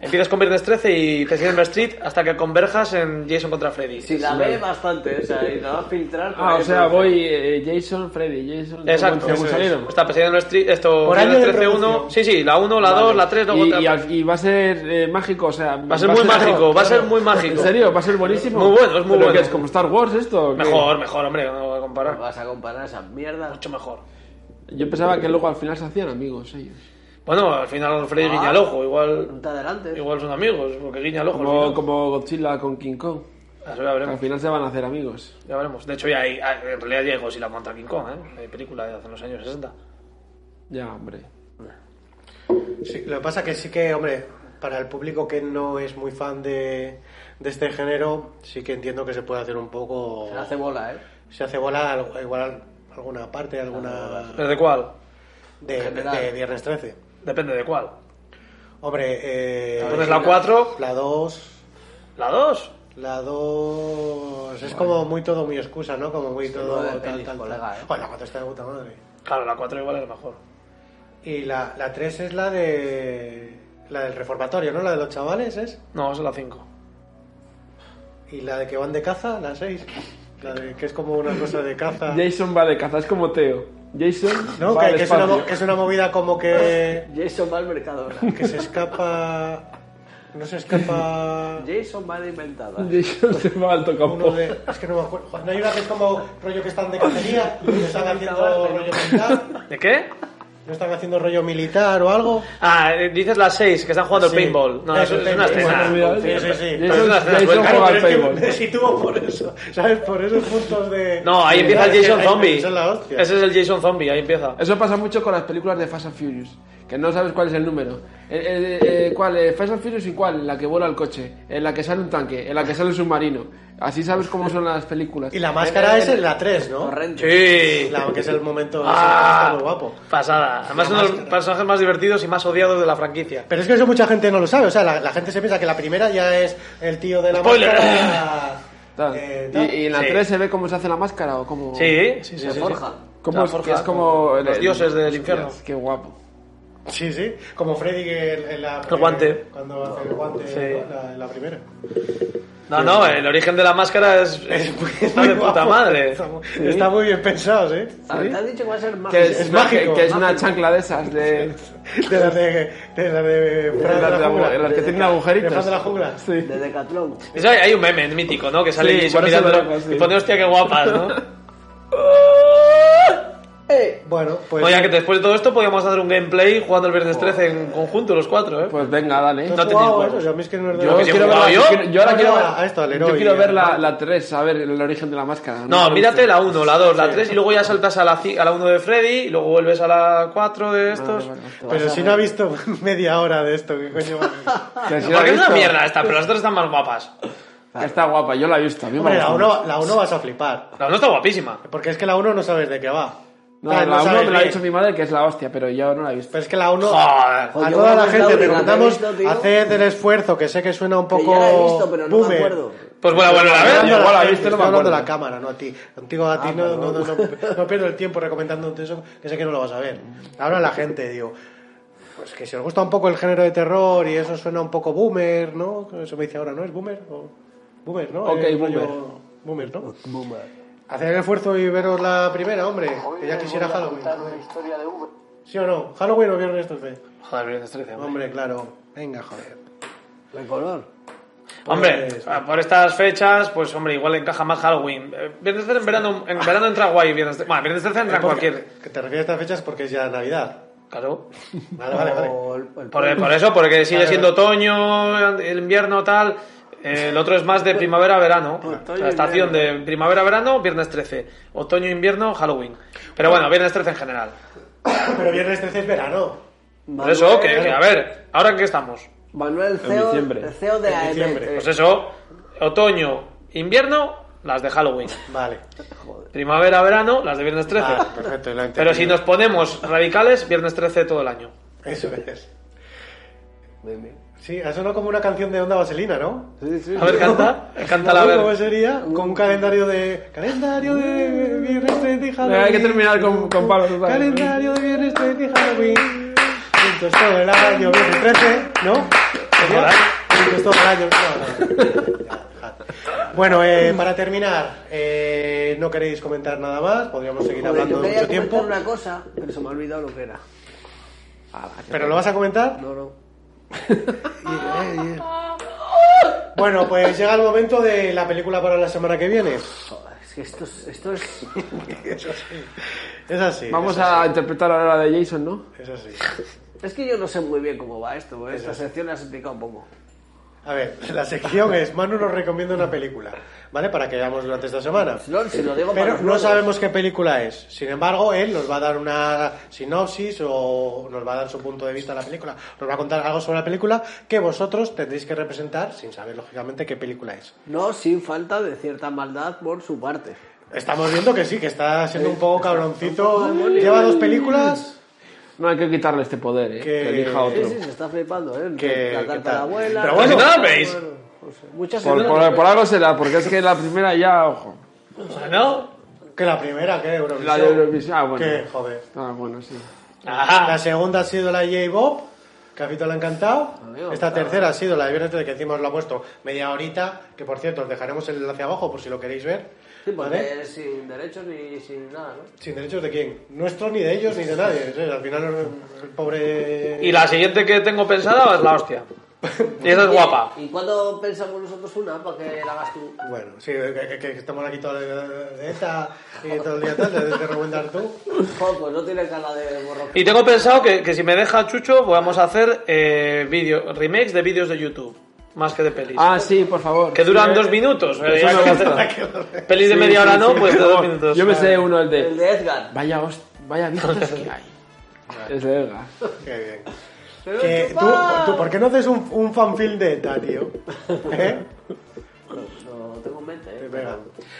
Speaker 4: Empiezas con Viernes 13 y te siguen en Street hasta que converjas en Jason contra Freddy.
Speaker 3: Si la ve bastante, o sea, y la va a filtrar. pues
Speaker 2: Ah, o
Speaker 3: porque-
Speaker 2: sea, voy eh, Jason, Freddy, Jason.
Speaker 4: Exacto.
Speaker 2: según
Speaker 4: eso
Speaker 2: salieron.
Speaker 4: es. Está Presidente del Street, esto
Speaker 1: Por
Speaker 4: Viernes
Speaker 1: año de
Speaker 4: 13, uno.
Speaker 1: producción.
Speaker 4: Sí, sí, la 1, la 2, la 3, luego
Speaker 2: y,
Speaker 4: otra.
Speaker 2: y al- y va a ser eh, mágico, o sea.
Speaker 4: Va a ser muy mágico, va a ser muy mágico.
Speaker 2: ¿En serio? ¿Va a ser buenísimo?
Speaker 4: Muy bueno, es muy
Speaker 2: ¿Pero
Speaker 4: bueno.
Speaker 2: qué es como Star Wars esto? o qué?
Speaker 4: Mejor, mejor, hombre, no voy a comparar.
Speaker 3: Vas a comparar esas mierdas.
Speaker 4: Mucho mejor.
Speaker 2: Yo pensaba que luego al final se hacían amigos ellos.
Speaker 4: Bueno, al final Freddy
Speaker 3: Ah.
Speaker 4: guiña el ojo,
Speaker 3: No
Speaker 4: igual,
Speaker 3: te adelantes.
Speaker 4: igual son amigos, porque guiña el ojo. al
Speaker 2: Como,
Speaker 4: final.
Speaker 2: como Godzilla con King Kong.
Speaker 4: Ah, sí, ya
Speaker 2: Al
Speaker 4: veremos,
Speaker 2: final se van a hacer amigos.
Speaker 4: ya veremos. De hecho, ya hay, ah, en realidad ya hay Godzilla contra King Kong, ¿eh? Hay película de hace unos años 60.
Speaker 2: Ya, hombre.
Speaker 1: Sí, lo que pasa que sí que, hombre, para el público que no es muy fan de, de este género, sí que entiendo que se puede hacer un poco
Speaker 3: Se la hace bola, ¿eh?
Speaker 1: se hace bola al- igual alguna parte, alguna
Speaker 4: ¿Pero de cuál?
Speaker 1: de,
Speaker 3: general.
Speaker 1: de viernes 13.
Speaker 4: Depende de cuál.
Speaker 1: Hombre, eh,
Speaker 4: Entonces la 4,
Speaker 1: la 2
Speaker 4: la 2.
Speaker 1: La 2 es como muy todo muy excusa, ¿no? Como muy todo
Speaker 3: no, de
Speaker 1: tal, tal,
Speaker 3: pelis,
Speaker 1: tal.
Speaker 3: colega, ¿eh?
Speaker 1: Joder, la 4 está de puta madre.
Speaker 4: Claro, la 4 igual es la mejor.
Speaker 1: Y la, la 3 es la de. La del reformatorio, ¿no? La de los chavales, ¿es?
Speaker 4: No, esa es la 5.
Speaker 1: Y la de que van de caza, la 6. La de que es como una cosa de
Speaker 4: Ah.
Speaker 1: caza.
Speaker 2: Jason va de caza, es como Teo. Jason.
Speaker 1: ¿No?
Speaker 2: va
Speaker 1: Que,
Speaker 2: al
Speaker 1: que es una, mo-
Speaker 2: espacio.
Speaker 1: que es una movida como que.
Speaker 3: Jason va al mercado ahora.
Speaker 1: que se escapa. No se escapa.
Speaker 3: Jason va de inventada.
Speaker 2: Jason se va al
Speaker 1: Uno
Speaker 2: tocampo.
Speaker 1: de, es que no me acuerdo. Joder, No hay una que es como rollo que están de cacería, que están haciendo rollo militar.
Speaker 4: ¿De qué?
Speaker 1: ¿No están haciendo rollo militar o algo?
Speaker 4: Ah, eh, dices la 6, que están jugando
Speaker 1: Sí.
Speaker 4: paintball.
Speaker 2: Ah,
Speaker 4: No,
Speaker 1: Es
Speaker 4: eso
Speaker 1: un
Speaker 4: es una
Speaker 1: paintball.
Speaker 4: escena.
Speaker 1: Bueno, sí, sí, sí.
Speaker 4: Pero es
Speaker 2: Jason,
Speaker 4: una escena
Speaker 2: Jason
Speaker 4: suelta.
Speaker 1: Claro,
Speaker 2: juega al
Speaker 1: pero es que
Speaker 2: paintball.
Speaker 1: me sitúo por eso, ¿sabes? Por esos puntos de...
Speaker 4: No, ahí empieza el
Speaker 1: Claro, es que
Speaker 4: Jason
Speaker 1: ahí-
Speaker 4: Zombie.
Speaker 1: Esa es la hostia.
Speaker 4: Ese es el Jason Zombie, ahí empieza.
Speaker 2: Eso pasa mucho con las películas de Fast and Furious. que no sabes cuál es el número. Eh, eh, eh, ¿Cuál? Eh, ¿Fast and Furious y cuál? En la que vuela el coche, en la que sale un tanque, en la que sale un submarino. Así sabes cómo son las películas.
Speaker 1: Y la máscara es en la 3, ¿no?
Speaker 3: Correcente.
Speaker 4: Sí.
Speaker 1: La, que es el momento ese que está
Speaker 4: Ah,
Speaker 1: muy guapo.
Speaker 4: Pasada. Además,
Speaker 1: La
Speaker 4: uno de los
Speaker 1: máscara.
Speaker 4: personajes más divertidos y más odiados de la franquicia.
Speaker 1: Pero es que eso mucha gente no lo sabe. O sea, la, la gente se piensa que la primera ya es el tío de la
Speaker 4: Spoiler.
Speaker 1: máscara.
Speaker 2: Tal.
Speaker 1: eh,
Speaker 2: y,
Speaker 1: tal.
Speaker 2: y en la
Speaker 4: Sí.
Speaker 2: 3 se ve cómo se hace la máscara o
Speaker 1: Oh,
Speaker 2: cómo.
Speaker 4: Sí, sí, sí.
Speaker 3: Se
Speaker 4: sí, sí.
Speaker 3: forja.
Speaker 2: cómo es,
Speaker 4: Se forja
Speaker 2: que es como.
Speaker 4: con los
Speaker 2: el-
Speaker 4: dioses del infierno.
Speaker 2: Dios, Qué guapo.
Speaker 1: Sí, sí. Como Freddy que en en la.
Speaker 4: El guante.
Speaker 1: Cuando hace el guante
Speaker 4: Sí.
Speaker 1: ¿no? la, en la primera.
Speaker 4: No, no, el origen de la máscara es,
Speaker 1: Es muy- es
Speaker 4: está
Speaker 1: muy
Speaker 4: de puta
Speaker 1: guapo.
Speaker 4: madre.
Speaker 1: Está muy, está muy bien pensado, ¿eh? ¿sí?
Speaker 3: A ver, Te han dicho que va a ser más.
Speaker 2: Que es,
Speaker 1: es
Speaker 2: una-
Speaker 1: mágico,
Speaker 2: Que, que es una
Speaker 3: Ah, mágico.
Speaker 2: chancla de esas, de,
Speaker 1: De la de. De la de.
Speaker 2: de las-
Speaker 1: Fran de la jungla.
Speaker 2: de las que tienen
Speaker 1: De Fran
Speaker 2: agujeritos.
Speaker 1: de la jungla.
Speaker 2: Sí.
Speaker 3: De Decathlon.
Speaker 4: Eso hay- hay un meme mítico, ¿no? Que sale
Speaker 2: Sí,
Speaker 4: Jason
Speaker 2: por eso lo
Speaker 4: mirándolo
Speaker 2: hago, sí.
Speaker 4: y pone hostia qué guapas, ¿no? Pues
Speaker 3: ¡Eh!
Speaker 1: Bueno, pues. Oh.
Speaker 4: Oye, que después de todo esto podíamos hacer un gameplay jugando el viernes 13 en conjunto los cuatro, ¿eh?
Speaker 2: Pues venga, dale.
Speaker 1: no
Speaker 4: no
Speaker 1: no
Speaker 4: tenéis
Speaker 1: wow,
Speaker 4: huevos.
Speaker 1: eso, o sea, a mí es que no es de
Speaker 2: Yo
Speaker 4: que
Speaker 1: la-
Speaker 4: sí
Speaker 2: quiero
Speaker 4: he
Speaker 2: ver
Speaker 4: jugado
Speaker 2: la,
Speaker 4: yo.
Speaker 2: yo quiero- yo ahora
Speaker 1: No,
Speaker 2: quiero
Speaker 1: yo
Speaker 2: ver,
Speaker 1: a esto, al
Speaker 2: yo
Speaker 1: héroe,
Speaker 2: quiero ver la,
Speaker 1: ¿no?
Speaker 2: la 3, a ver el origen de la máscara.
Speaker 4: No,
Speaker 2: me
Speaker 4: mírate
Speaker 2: gusta.
Speaker 4: la 1, la 2, la 3 y luego ya saltas a la, ci- a la 1 de Freddy y luego vuelves a la 4 de
Speaker 2: Vale,
Speaker 4: estos.
Speaker 2: vale, vale.
Speaker 1: Pero si no ha visto media hora de esto, ¿qué coño va a decir?
Speaker 2: Que si la
Speaker 4: ¿Por qué
Speaker 2: he
Speaker 4: es una
Speaker 2: visto,
Speaker 4: mierda esta? Pero las otras están más guapas.
Speaker 2: que Está guapa, yo la he visto. A mí me
Speaker 1: Hombre, la
Speaker 2: gusta
Speaker 1: 1 la uno vas a flipar.
Speaker 4: La 1 está guapísima.
Speaker 1: Porque es que la 1 no sabes de qué va.
Speaker 2: No,
Speaker 1: Ah,
Speaker 2: la 1
Speaker 1: sabes
Speaker 2: me la ha
Speaker 1: bien.
Speaker 2: dicho mi madre que es la hostia, pero yo no la he visto.
Speaker 1: Pero es que la 1...
Speaker 4: Joder.
Speaker 1: A
Speaker 3: Joder,
Speaker 1: toda
Speaker 3: Pues yo
Speaker 1: la
Speaker 3: me he
Speaker 1: gente
Speaker 3: dado
Speaker 1: recomendamos
Speaker 3: la que he visto, tío.
Speaker 1: hacer del esfuerzo, que sé que suena un
Speaker 3: Que
Speaker 1: poco...
Speaker 3: ya la he visto, pero no me
Speaker 1: boomer.
Speaker 3: acuerdo.
Speaker 4: Pues bueno, bueno, a este
Speaker 1: Estoy
Speaker 4: ver.
Speaker 1: hablando a
Speaker 2: Igual la
Speaker 1: gente,
Speaker 2: viste, no
Speaker 1: estoy
Speaker 2: me
Speaker 1: hablando a la
Speaker 2: acuerdo.
Speaker 1: cámara, no a ti. Contigo a ti no, no, no, no, no pierdo el tiempo recomendándote eso, que sé que no lo vas a ver. Ahora a la gente, digo, pues que si os gusta un poco el género de terror y eso suena un poco boomer, ¿no? Eso me dice ahora, ¿no? ¿Es boomer? O- boomer, ¿no?
Speaker 2: Ok,
Speaker 1: Eh,
Speaker 2: boomer.
Speaker 1: rollo Boomer, ¿no? Hacer el esfuerzo y veros la primera, hombre. Que ya quisiera Halloween. joder. ¿Sí o no? ¿Halloween o viernes 13?
Speaker 4: Joder, viernes 13. Hombre,
Speaker 1: Hombre, claro. Venga, joder.
Speaker 3: De color.
Speaker 4: Hombre,
Speaker 1: Pues-
Speaker 4: ah, por estas fechas, pues hombre, igual encaja más Halloween. Eh, Viernes 13 en verano, en verano entra guay. Viernes 13, bueno, viernes 13 entra en
Speaker 1: Porque-
Speaker 4: cualquier.
Speaker 1: Que te refieres a estas fechas porque es ya Navidad.
Speaker 4: Claro.
Speaker 1: Vale, vale, vale.
Speaker 3: O el, el
Speaker 4: Por, por eso, porque sigue siendo otoño, el invierno, tal. Eh, El otro es más de primavera-verano.
Speaker 3: Otoño,
Speaker 4: La estación de primavera-verano, viernes 13. Otoño-invierno, Halloween. Pero bueno, viernes 13 en general.
Speaker 1: Pero viernes 13 es verano.
Speaker 4: Por eso, que, que, a ver, ¿ahora en qué estamos?
Speaker 3: Manuel CEO,
Speaker 2: diciembre.
Speaker 3: el CEO de
Speaker 1: En
Speaker 3: AED.
Speaker 1: diciembre.
Speaker 4: Pues eso, otoño-invierno, las de Halloween.
Speaker 1: Vale.
Speaker 4: Primavera-verano, las de viernes 13.
Speaker 1: Vale, Ah, perfecto. lo he
Speaker 4: Pero
Speaker 1: entendido.
Speaker 4: si nos ponemos radicales, viernes 13 todo el año.
Speaker 1: Eso es. Sí, ha sonado como una canción de onda vaselina, ¿no?
Speaker 4: A ver, canta. Cántala, a
Speaker 1: ¿No? ¿Cómo
Speaker 4: ver.
Speaker 1: sería? Con un calendario de. Calendario de viernes 30 y Halloween.
Speaker 2: Uh. Hay que terminar con, con palos. ¿sabes?
Speaker 1: Calendario de viernes 30 y Halloween. Juntos todo el año, viernes 13, ¿no? ¿Sería?
Speaker 4: Ojalá.
Speaker 1: Juntos todo el año. no, no. Ya, ya. Bueno, eh, para terminar, eh, no queréis comentar nada más, podríamos seguir
Speaker 3: Joder,
Speaker 1: hablando
Speaker 3: yo
Speaker 1: de
Speaker 3: quería
Speaker 1: mucho
Speaker 3: comentar
Speaker 1: tiempo.
Speaker 3: una cosa, pero se me ha olvidado lo que era.
Speaker 1: ¿Pero lo vas a comentar?
Speaker 3: No, no.
Speaker 1: Bueno, pues llega el momento de la película para la semana que viene.
Speaker 3: Joder, es que esto es... Esto es...
Speaker 1: Es así.
Speaker 2: Vamos a interpretar ahora la de Jason, ¿no?
Speaker 1: Es así.
Speaker 3: Es que yo no sé muy bien cómo va esto, porque esta sección la has explicado un poco.
Speaker 1: A ver, la sección es Manu nos recomienda una película, ¿vale? Para que veamos durante esta semana.
Speaker 3: No, si lo digo para
Speaker 1: Pero
Speaker 3: los
Speaker 1: no
Speaker 3: nuevos.
Speaker 1: sabemos qué película es. Sin embargo, él nos va a dar una sinopsis o nos va a dar su punto de vista de la película. Nos va a contar algo sobre la película que vosotros tendréis que representar sin saber, lógicamente, qué película es.
Speaker 3: No sin falta de cierta maldad por su parte.
Speaker 1: Estamos viendo que sí, que está siendo un poco cabroncito. Lleva dos películas.
Speaker 2: No hay que quitarle este poder, ¿eh?
Speaker 1: Que-
Speaker 2: Que elija
Speaker 3: Sí,
Speaker 2: otro.
Speaker 3: sí, se está flipando, ¿eh?
Speaker 1: Que-
Speaker 3: la
Speaker 1: que tal.
Speaker 3: carta de la abuela...
Speaker 1: Pero bueno,
Speaker 4: Pero si no la veis.
Speaker 3: o sea, muchas
Speaker 2: Por, por, por algo será, porque es que la primera ya, ojo.
Speaker 4: Bueno.
Speaker 1: Que la primera, que Eurovisión.
Speaker 2: La de Eurovisión, ah, bueno.
Speaker 1: Que, joder.
Speaker 2: Ah, bueno, sí.
Speaker 4: Ajá.
Speaker 3: Ah.
Speaker 1: La segunda ha sido la J. Bob, que a Fito le ha encantado.
Speaker 3: Amigo,
Speaker 1: Esta
Speaker 3: Ah.
Speaker 1: tercera ha sido la de Viernes 13, que encima os lo ha puesto media horita, que por cierto, os dejaremos el enlace abajo por si lo queréis ver.
Speaker 3: Sí, porque
Speaker 1: ¿vale?
Speaker 3: sin derechos ni sin nada, ¿no?
Speaker 1: ¿Sin derechos de quién? Nuestro, ni de ellos, ni de nadie. O sea, al final, el pobre...
Speaker 4: Y la siguiente que tengo pensada es la hostia. Y esa es guapa.
Speaker 3: ¿Y cuándo pensamos nosotros una para que la hagas tú?
Speaker 1: Bueno, sí, que, que- que estamos aquí todo el día de ETA y todo el día tal, de de recomendar tú.
Speaker 3: Jo, pues no tiene cara de borroquín.
Speaker 4: Y tengo pensado que, que si me deja Chucho, vamos a hacer eh, vídeo- remakes de vídeos de YouTube, más que de pelis.
Speaker 2: Ah, sí, por favor.
Speaker 4: que duran
Speaker 2: Sí,
Speaker 4: dos
Speaker 2: eh.
Speaker 4: minutos. eh,
Speaker 2: Eso
Speaker 4: ya
Speaker 2: me
Speaker 4: que-
Speaker 2: gusta.
Speaker 4: pelis de
Speaker 2: Sí,
Speaker 4: media
Speaker 2: sí,
Speaker 4: hora
Speaker 2: sí,
Speaker 4: no,
Speaker 2: sí,
Speaker 4: pues de
Speaker 2: por
Speaker 4: dos
Speaker 2: favor.
Speaker 4: minutos.
Speaker 2: Yo me sé uno, el de...
Speaker 3: El de Edgar.
Speaker 2: Vaya, host... Vaya vistas que hay. Es verga.
Speaker 1: Qué bien. Que, tú, tú, ¿Por qué no haces un, un fanfilm de ETA, tío? ¿Eh?
Speaker 3: Lo tengo en mente, ¿eh?
Speaker 1: Venga.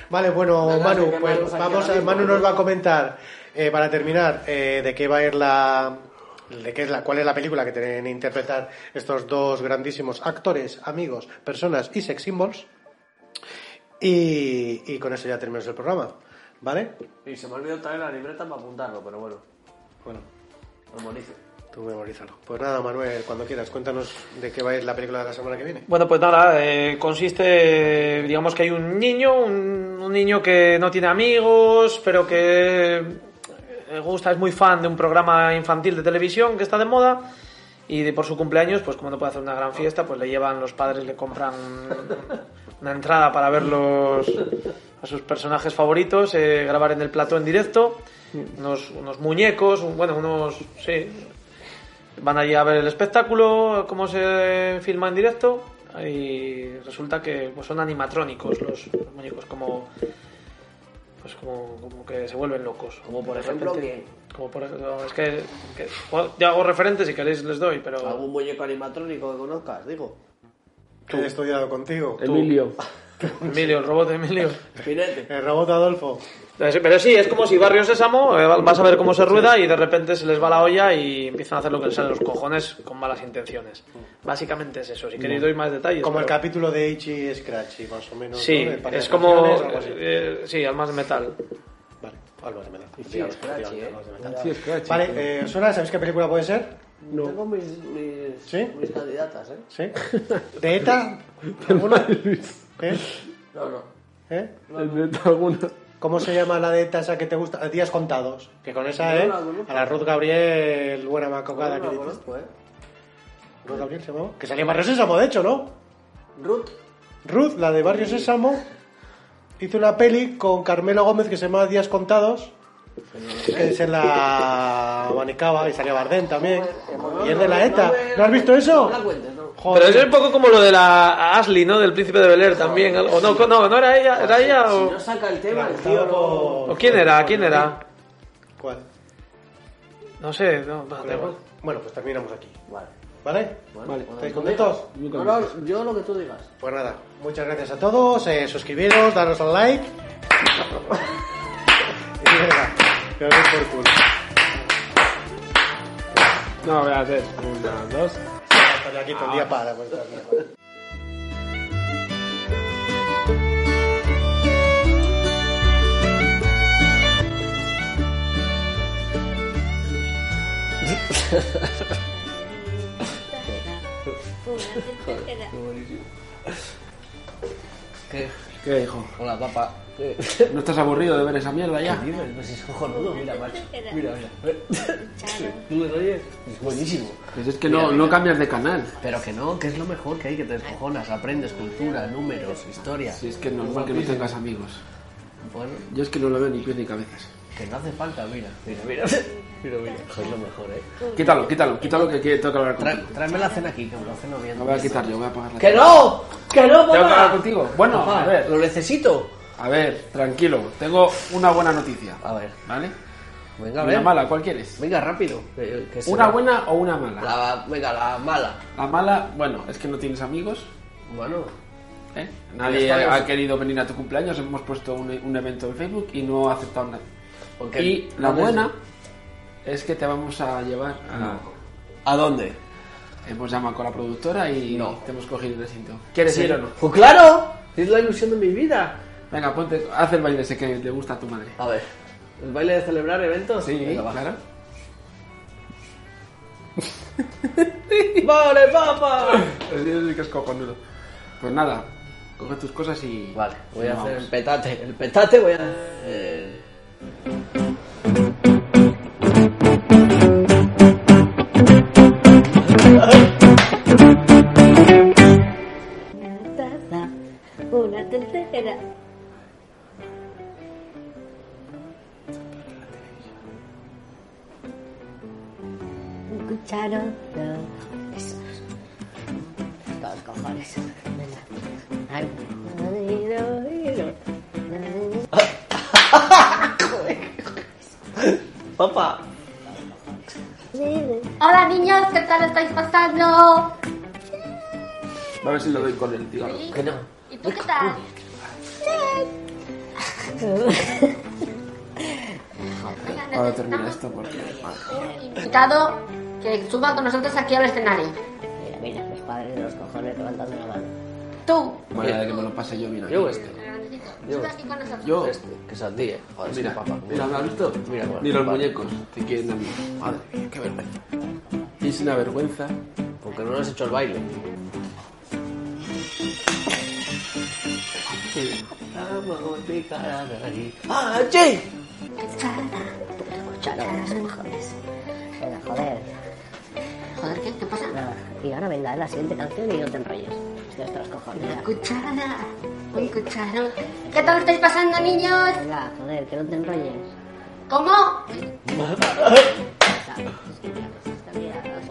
Speaker 1: Vale, bueno,
Speaker 3: Nada,
Speaker 1: Manu,
Speaker 3: que no
Speaker 1: pues
Speaker 3: nos ha
Speaker 1: vamos a,
Speaker 3: quedado
Speaker 1: Manu
Speaker 3: tiempo,
Speaker 1: nos va a comentar eh, para terminar eh, de qué va a ir la de qué es la cuál es la película que tienen que interpretar estos dos grandísimos actores, amigos, personas y sex symbols. Y, y con eso ya terminamos el programa, ¿vale?
Speaker 3: Y se me ha olvidado traer la libreta para apuntarlo, pero bueno,
Speaker 1: Bueno,
Speaker 3: lo memorizo.
Speaker 1: tú memorízalo. Pues nada, Manuel, cuando quieras, cuéntanos de qué va a ir la película de la semana que viene.
Speaker 4: Bueno, pues nada, eh, consiste, digamos que hay un niño, un, un niño que no tiene amigos, pero que eh, gusta, es muy fan de un programa infantil de televisión que está de moda. Y de- por su cumpleaños, pues como no puede hacer una gran fiesta, pues le llevan los padres, le compran una entrada para verlos a sus personajes favoritos, eh, grabar en el plató en directo, unos, unos muñecos, un- bueno, unos, sí, Van allí a ver el espectáculo, cómo se filma en directo, y resulta que pues, son animatrónicos los, los muñecos, como, pues, como, como que se vuelven locos.
Speaker 3: Como por ejemplo,
Speaker 4: Gente-
Speaker 3: ¿quién?
Speaker 4: Como por ejemplo, es que, que- jo- ya hago referentes si queréis les doy, pero...
Speaker 3: ¿Algún muñeco animatrónico que conozcas? Digo.
Speaker 1: He estudiado
Speaker 4: Eh.
Speaker 1: contigo.
Speaker 2: Emilio.
Speaker 4: Emilio, el robot de Emilio.
Speaker 3: Espinete.
Speaker 1: El robot Adolfo.
Speaker 4: Eh, sí, Pero sí, es como si Barrio Sésamo, eh, vas a ver cómo se rueda y de repente se les va la olla y empiezan a hacer lo que les sale a los cojones con malas intenciones. Básicamente es eso, si queréis doy más detalles.
Speaker 1: Mm. Como el
Speaker 4: pero-
Speaker 1: capítulo de Ichi Scratchy, más o menos.
Speaker 4: Sí,
Speaker 1: ¿no? De Parque
Speaker 4: es
Speaker 1: de
Speaker 4: como...
Speaker 1: Atracciones, algo así.
Speaker 4: eh, sí, almas de metal.
Speaker 1: Vale, algo de metal.
Speaker 3: Sí, es Cratchy, ¿eh?
Speaker 2: Sí, es crachi.
Speaker 1: Vale, eh, Sora, ¿sabéis qué película puede ser?
Speaker 3: Tengo mis, mis,
Speaker 1: ¿Sí?
Speaker 3: mis candidatas, ¿eh?
Speaker 1: ¿Sí? ¿De ETA? ¿Alguna? ¿Eh?
Speaker 3: No, no.
Speaker 1: ¿Eh?
Speaker 2: El neto alguno.
Speaker 1: ¿Cómo se llama la de ETA esa que te gusta? Eh, Días contados. Que con esa,
Speaker 3: No
Speaker 1: ¿eh?
Speaker 3: la conozco.
Speaker 1: A la Ruth Gabriel, buena macocada
Speaker 3: No, no
Speaker 1: que
Speaker 3: la
Speaker 1: dices.
Speaker 3: conozco, ¿eh?
Speaker 1: ¿Ruth Gabriel se llamaba? Que salía en Barrio Sésamo, de hecho, ¿no?
Speaker 3: Ruth.
Speaker 1: ¿Eh? Ruth, la de Barrio Sésamo, hizo una peli con Carmelo Gómez que se llama Días contados. Que se la abanicaba y salía Bardem
Speaker 3: eh,
Speaker 1: también. Y es de la ETA. ¿No has visto eso?
Speaker 3: No la cuentes, no.
Speaker 1: Joder.
Speaker 4: Pero es un poco como lo de la Ashley, ¿no? Del príncipe de Bel Air también. O no, no, no era ella,
Speaker 1: Ah,
Speaker 4: era ella
Speaker 3: Si
Speaker 4: o...
Speaker 3: no saca el tema, el tío no...
Speaker 1: Claro.
Speaker 4: ¿o quién era? ¿Quién era?
Speaker 1: ¿Cuál?
Speaker 2: Ah,
Speaker 4: No sé, no, va, da igual.
Speaker 1: Bueno, pues terminamos aquí.
Speaker 3: Vale.
Speaker 1: ¿Vale?
Speaker 3: Bueno,
Speaker 2: Vale.
Speaker 3: cuando
Speaker 1: ¿Estáis
Speaker 3: tú
Speaker 1: contentos?
Speaker 3: digas. No, no, yo lo que tú digas.
Speaker 1: Pues nada, muchas gracias a todos. eh, suscribiros, daros al like. y venga, que os den por culo.
Speaker 2: No, voy a hacer una, dos.
Speaker 1: Estaré aquí todo el
Speaker 2: Ah.
Speaker 1: día para. pues, también.
Speaker 3: ¿Qué?
Speaker 2: ¿Qué, hijo?
Speaker 3: Hola, papá. ¿Qué?
Speaker 2: ¿No estás aburrido de ver esa mierda ya?
Speaker 3: Dime, pues es cojonudo, mira, macho. Mira, mira.
Speaker 6: Claro.
Speaker 3: ¿Tú le oyes? Es buenísimo.
Speaker 2: Pues es que no, no cambias de canal.
Speaker 3: Pero que no, que es lo mejor que hay, que te descojonas, aprendes cultura, números, historia.
Speaker 2: Si es que es normal que no tengas amigos.
Speaker 3: Bueno,
Speaker 2: Yo es que no lo veo ni pies ni cabezas.
Speaker 3: que no hace falta, mira, mira, mira. Mira, mira, es lo mejor, eh.
Speaker 2: Quítalo, quítalo, quítalo que quiero- tengo que hablar
Speaker 3: Tra-
Speaker 2: contigo.
Speaker 3: tráeme la cena aquí, que me lo ceno bien.
Speaker 2: Lo voy a quitar yo, voy a apagar la
Speaker 3: ¡Que
Speaker 2: tele.
Speaker 3: no! ¡Que no,
Speaker 2: Tengo que hablar
Speaker 3: papá!
Speaker 2: contigo. Bueno,
Speaker 3: Papá,
Speaker 2: a ver,
Speaker 3: lo necesito.
Speaker 2: a ver, tranquilo. Tengo una buena noticia,
Speaker 3: A ver,
Speaker 2: ¿vale?
Speaker 3: venga, a ver.
Speaker 2: Una mala, ¿cuál quieres?
Speaker 3: Venga, rápido. que- que se
Speaker 2: ¿Una
Speaker 3: va.
Speaker 2: buena o una mala?
Speaker 3: La- venga, la mala.
Speaker 2: La mala, bueno, es que no tienes amigos,
Speaker 3: Bueno,
Speaker 2: ¿eh? Nadie
Speaker 3: Ya está, ya
Speaker 2: ha
Speaker 3: está.
Speaker 2: querido venir a tu cumpleaños, hemos puesto un, un evento en Facebook y no ha aceptado nada.
Speaker 3: Porque
Speaker 2: y
Speaker 3: no
Speaker 2: la
Speaker 3: les-
Speaker 2: buena es que te vamos a llevar
Speaker 3: Ah,
Speaker 2: a...
Speaker 3: ¿a dónde?
Speaker 2: Hemos llamado con la productora y
Speaker 3: No.
Speaker 2: te hemos cogido el recinto. ¿Quieres ir o no?
Speaker 3: Pues claro, es la ilusión de mi vida.
Speaker 2: Venga, ponte, haz el baile ese que le gusta a tu madre.
Speaker 3: A ver, ¿el baile de celebrar eventos?
Speaker 2: Sí,
Speaker 3: Venga, va.
Speaker 2: claro.
Speaker 3: ¡Vale, papá!
Speaker 2: Es que es cojonudo. Pues nada, coge tus cosas y...
Speaker 3: Vale, voy a
Speaker 2: nos
Speaker 3: hacer el
Speaker 2: vamos.
Speaker 3: petate. El petate voy a. eh,
Speaker 6: Una taza, una tetera. Un cucharón. Eso. Los cojones. Venga. Ay, oído, oído.
Speaker 3: Papá.
Speaker 7: Hola niños, ¿qué tal estáis pasando?
Speaker 2: A ver si lo doy con el cigarro.
Speaker 7: Que no. ¿Y tú qué tal? Oigan,
Speaker 2: Ahora termina
Speaker 7: necesitamos
Speaker 2: esto porque...
Speaker 7: un invitado que suba con nosotros aquí al escenario.
Speaker 6: Mira, mira, los padres de los cojones levantando la mano.
Speaker 7: Tú.
Speaker 2: Bueno, de que me lo pase yo bien aquí.
Speaker 3: Yo este.
Speaker 7: Hernándezito,
Speaker 3: Yo.
Speaker 7: Sube aquí con nosotros.
Speaker 2: Yo,
Speaker 3: Este, que es a ti, eh. Joder,
Speaker 2: mira,
Speaker 3: es que papá.
Speaker 2: mira, ¿lo has visto?
Speaker 3: Mira, bueno,
Speaker 2: Ni los
Speaker 3: vale.
Speaker 2: muñecos te quieren a mí. Madre mía, qué vergüenza. Es una vergüenza.
Speaker 3: Porque no has hecho el baile. ¡Ah, che!
Speaker 6: Escucharon los cojones. Venga, joder.
Speaker 7: Joder, ¿qué? ¿Qué pasa?
Speaker 6: Nada. Y ahora venga, es la siguiente canción y no te enrolles. Estoy hasta los cojones. ya.
Speaker 7: Cuchara. Un cucharo. ¿Qué tal estáis pasando, niños?
Speaker 6: Venga, joder, que no te enrolles.
Speaker 7: ¿Cómo?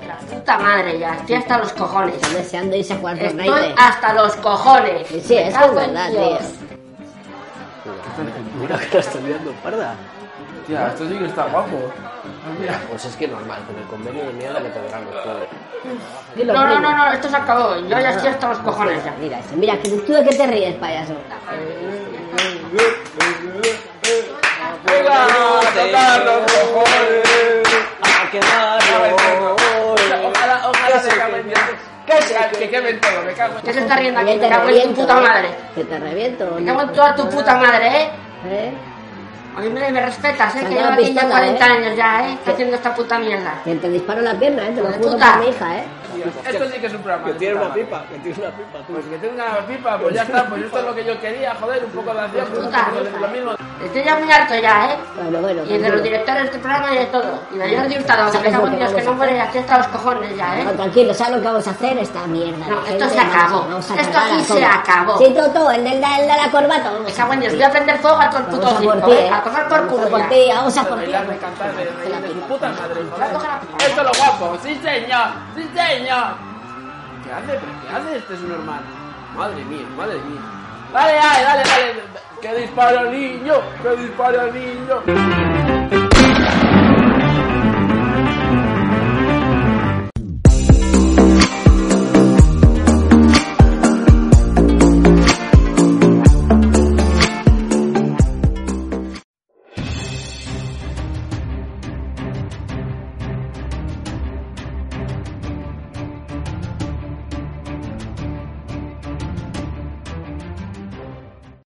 Speaker 7: La puta madre ya, estoy hasta los cojones.
Speaker 6: Están deseando irse a jugar
Speaker 7: Estoy
Speaker 6: Fortnite.
Speaker 7: hasta los cojones.
Speaker 6: Sí, sí,
Speaker 7: Me
Speaker 6: eso es
Speaker 7: cago en
Speaker 6: verdad,
Speaker 7: Dios.
Speaker 6: tío.
Speaker 3: Mira que la estás liando parda.
Speaker 2: Tía, esto sí que está guapo. Ah, Mira.
Speaker 3: Pues es que normal, con el convenio de mierda que te verán los pobres.
Speaker 6: Dilo,
Speaker 7: No, no,
Speaker 6: primo.
Speaker 7: no, no, esto se acabó. Yo ya estoy hasta los cojones ya.
Speaker 6: Mira, ese, mira, que tú de qué te ríes, payaso.
Speaker 2: ¡Venga, a tocar los cojones!
Speaker 3: ¡A quemarlo!
Speaker 2: Ojalá, ojalá se acaben Que se que quemen todo, me
Speaker 6: Pues
Speaker 2: cago
Speaker 7: ¿Qué se está riendo aquí?
Speaker 6: Que
Speaker 7: Me cago en tu puta
Speaker 6: ¿eh?
Speaker 7: madre.
Speaker 6: Que te reviento.
Speaker 7: Me cago en toda tu puta madre, ¿eh?
Speaker 6: ¿Eh?
Speaker 7: A mí me, me respetas,
Speaker 6: Se
Speaker 7: ¿eh? Que
Speaker 6: han
Speaker 7: llevo
Speaker 6: dado
Speaker 7: aquí ya
Speaker 6: pistola,
Speaker 7: 40
Speaker 6: ¿eh?
Speaker 7: años ya, ¿eh? Haciendo esta puta mierda.
Speaker 6: Que te disparo la pierna, ¿eh? Te lo
Speaker 7: Hijo de
Speaker 6: juro
Speaker 7: puta.
Speaker 6: por mi hija, ¿eh?
Speaker 2: Esto sí que es un programa.
Speaker 3: Que
Speaker 2: de
Speaker 3: tiene
Speaker 2: puta
Speaker 3: una
Speaker 2: madre.
Speaker 3: pipa, que tiene una pipa. tú.
Speaker 2: Pues que tenga una pipa, pues ya está, pues esto es lo que yo quería, joder, un poco de acción, pues
Speaker 7: Puta.
Speaker 2: es lo mismo.
Speaker 7: Estoy ya muy harto ya, ¿eh?
Speaker 6: Bueno, bueno.
Speaker 7: Y de
Speaker 6: tranquilo.
Speaker 7: los directores de este programa y de todo. Y de Jordi Hurtado, que me
Speaker 6: ¿Sabes
Speaker 7: cago
Speaker 6: lo
Speaker 7: en
Speaker 6: que
Speaker 7: Dios, que
Speaker 6: vamos a
Speaker 7: no muere aquí hasta los cojones ya,
Speaker 6: No,
Speaker 7: ¿eh?
Speaker 6: tranquilo, ¿sabes lo que vamos a hacer? Esta mierda.
Speaker 7: No,
Speaker 6: La
Speaker 7: esto
Speaker 6: gente,
Speaker 7: se acabó.
Speaker 6: macho, vamos a
Speaker 7: Esto
Speaker 6: acabar
Speaker 7: sí
Speaker 6: a
Speaker 7: se
Speaker 6: todos.
Speaker 7: acabó.
Speaker 6: Sí, Toto, el de, el de la corbata. Vamos
Speaker 7: Me cago en Dios, voy a prender fuego a todo el puto
Speaker 6: Vamos a por
Speaker 7: circo,
Speaker 6: ti,
Speaker 7: ¿eh?
Speaker 6: ¿eh?
Speaker 7: A coger por
Speaker 6: Vamos a
Speaker 7: culo
Speaker 6: por
Speaker 7: ya.
Speaker 6: ti, vamos a por ti.
Speaker 2: Bailar, de cantar, de reír de su puta madre,
Speaker 7: Voy a coger la
Speaker 2: joder.
Speaker 7: pipa.
Speaker 2: Esto es lo guapo, sí señor, sí señor. ¿Qué hace, pero qué hace este subnormal? Madre mía, madre mía. Dale, dale, dale, dale. Que dispara el niño, que dispara el niño.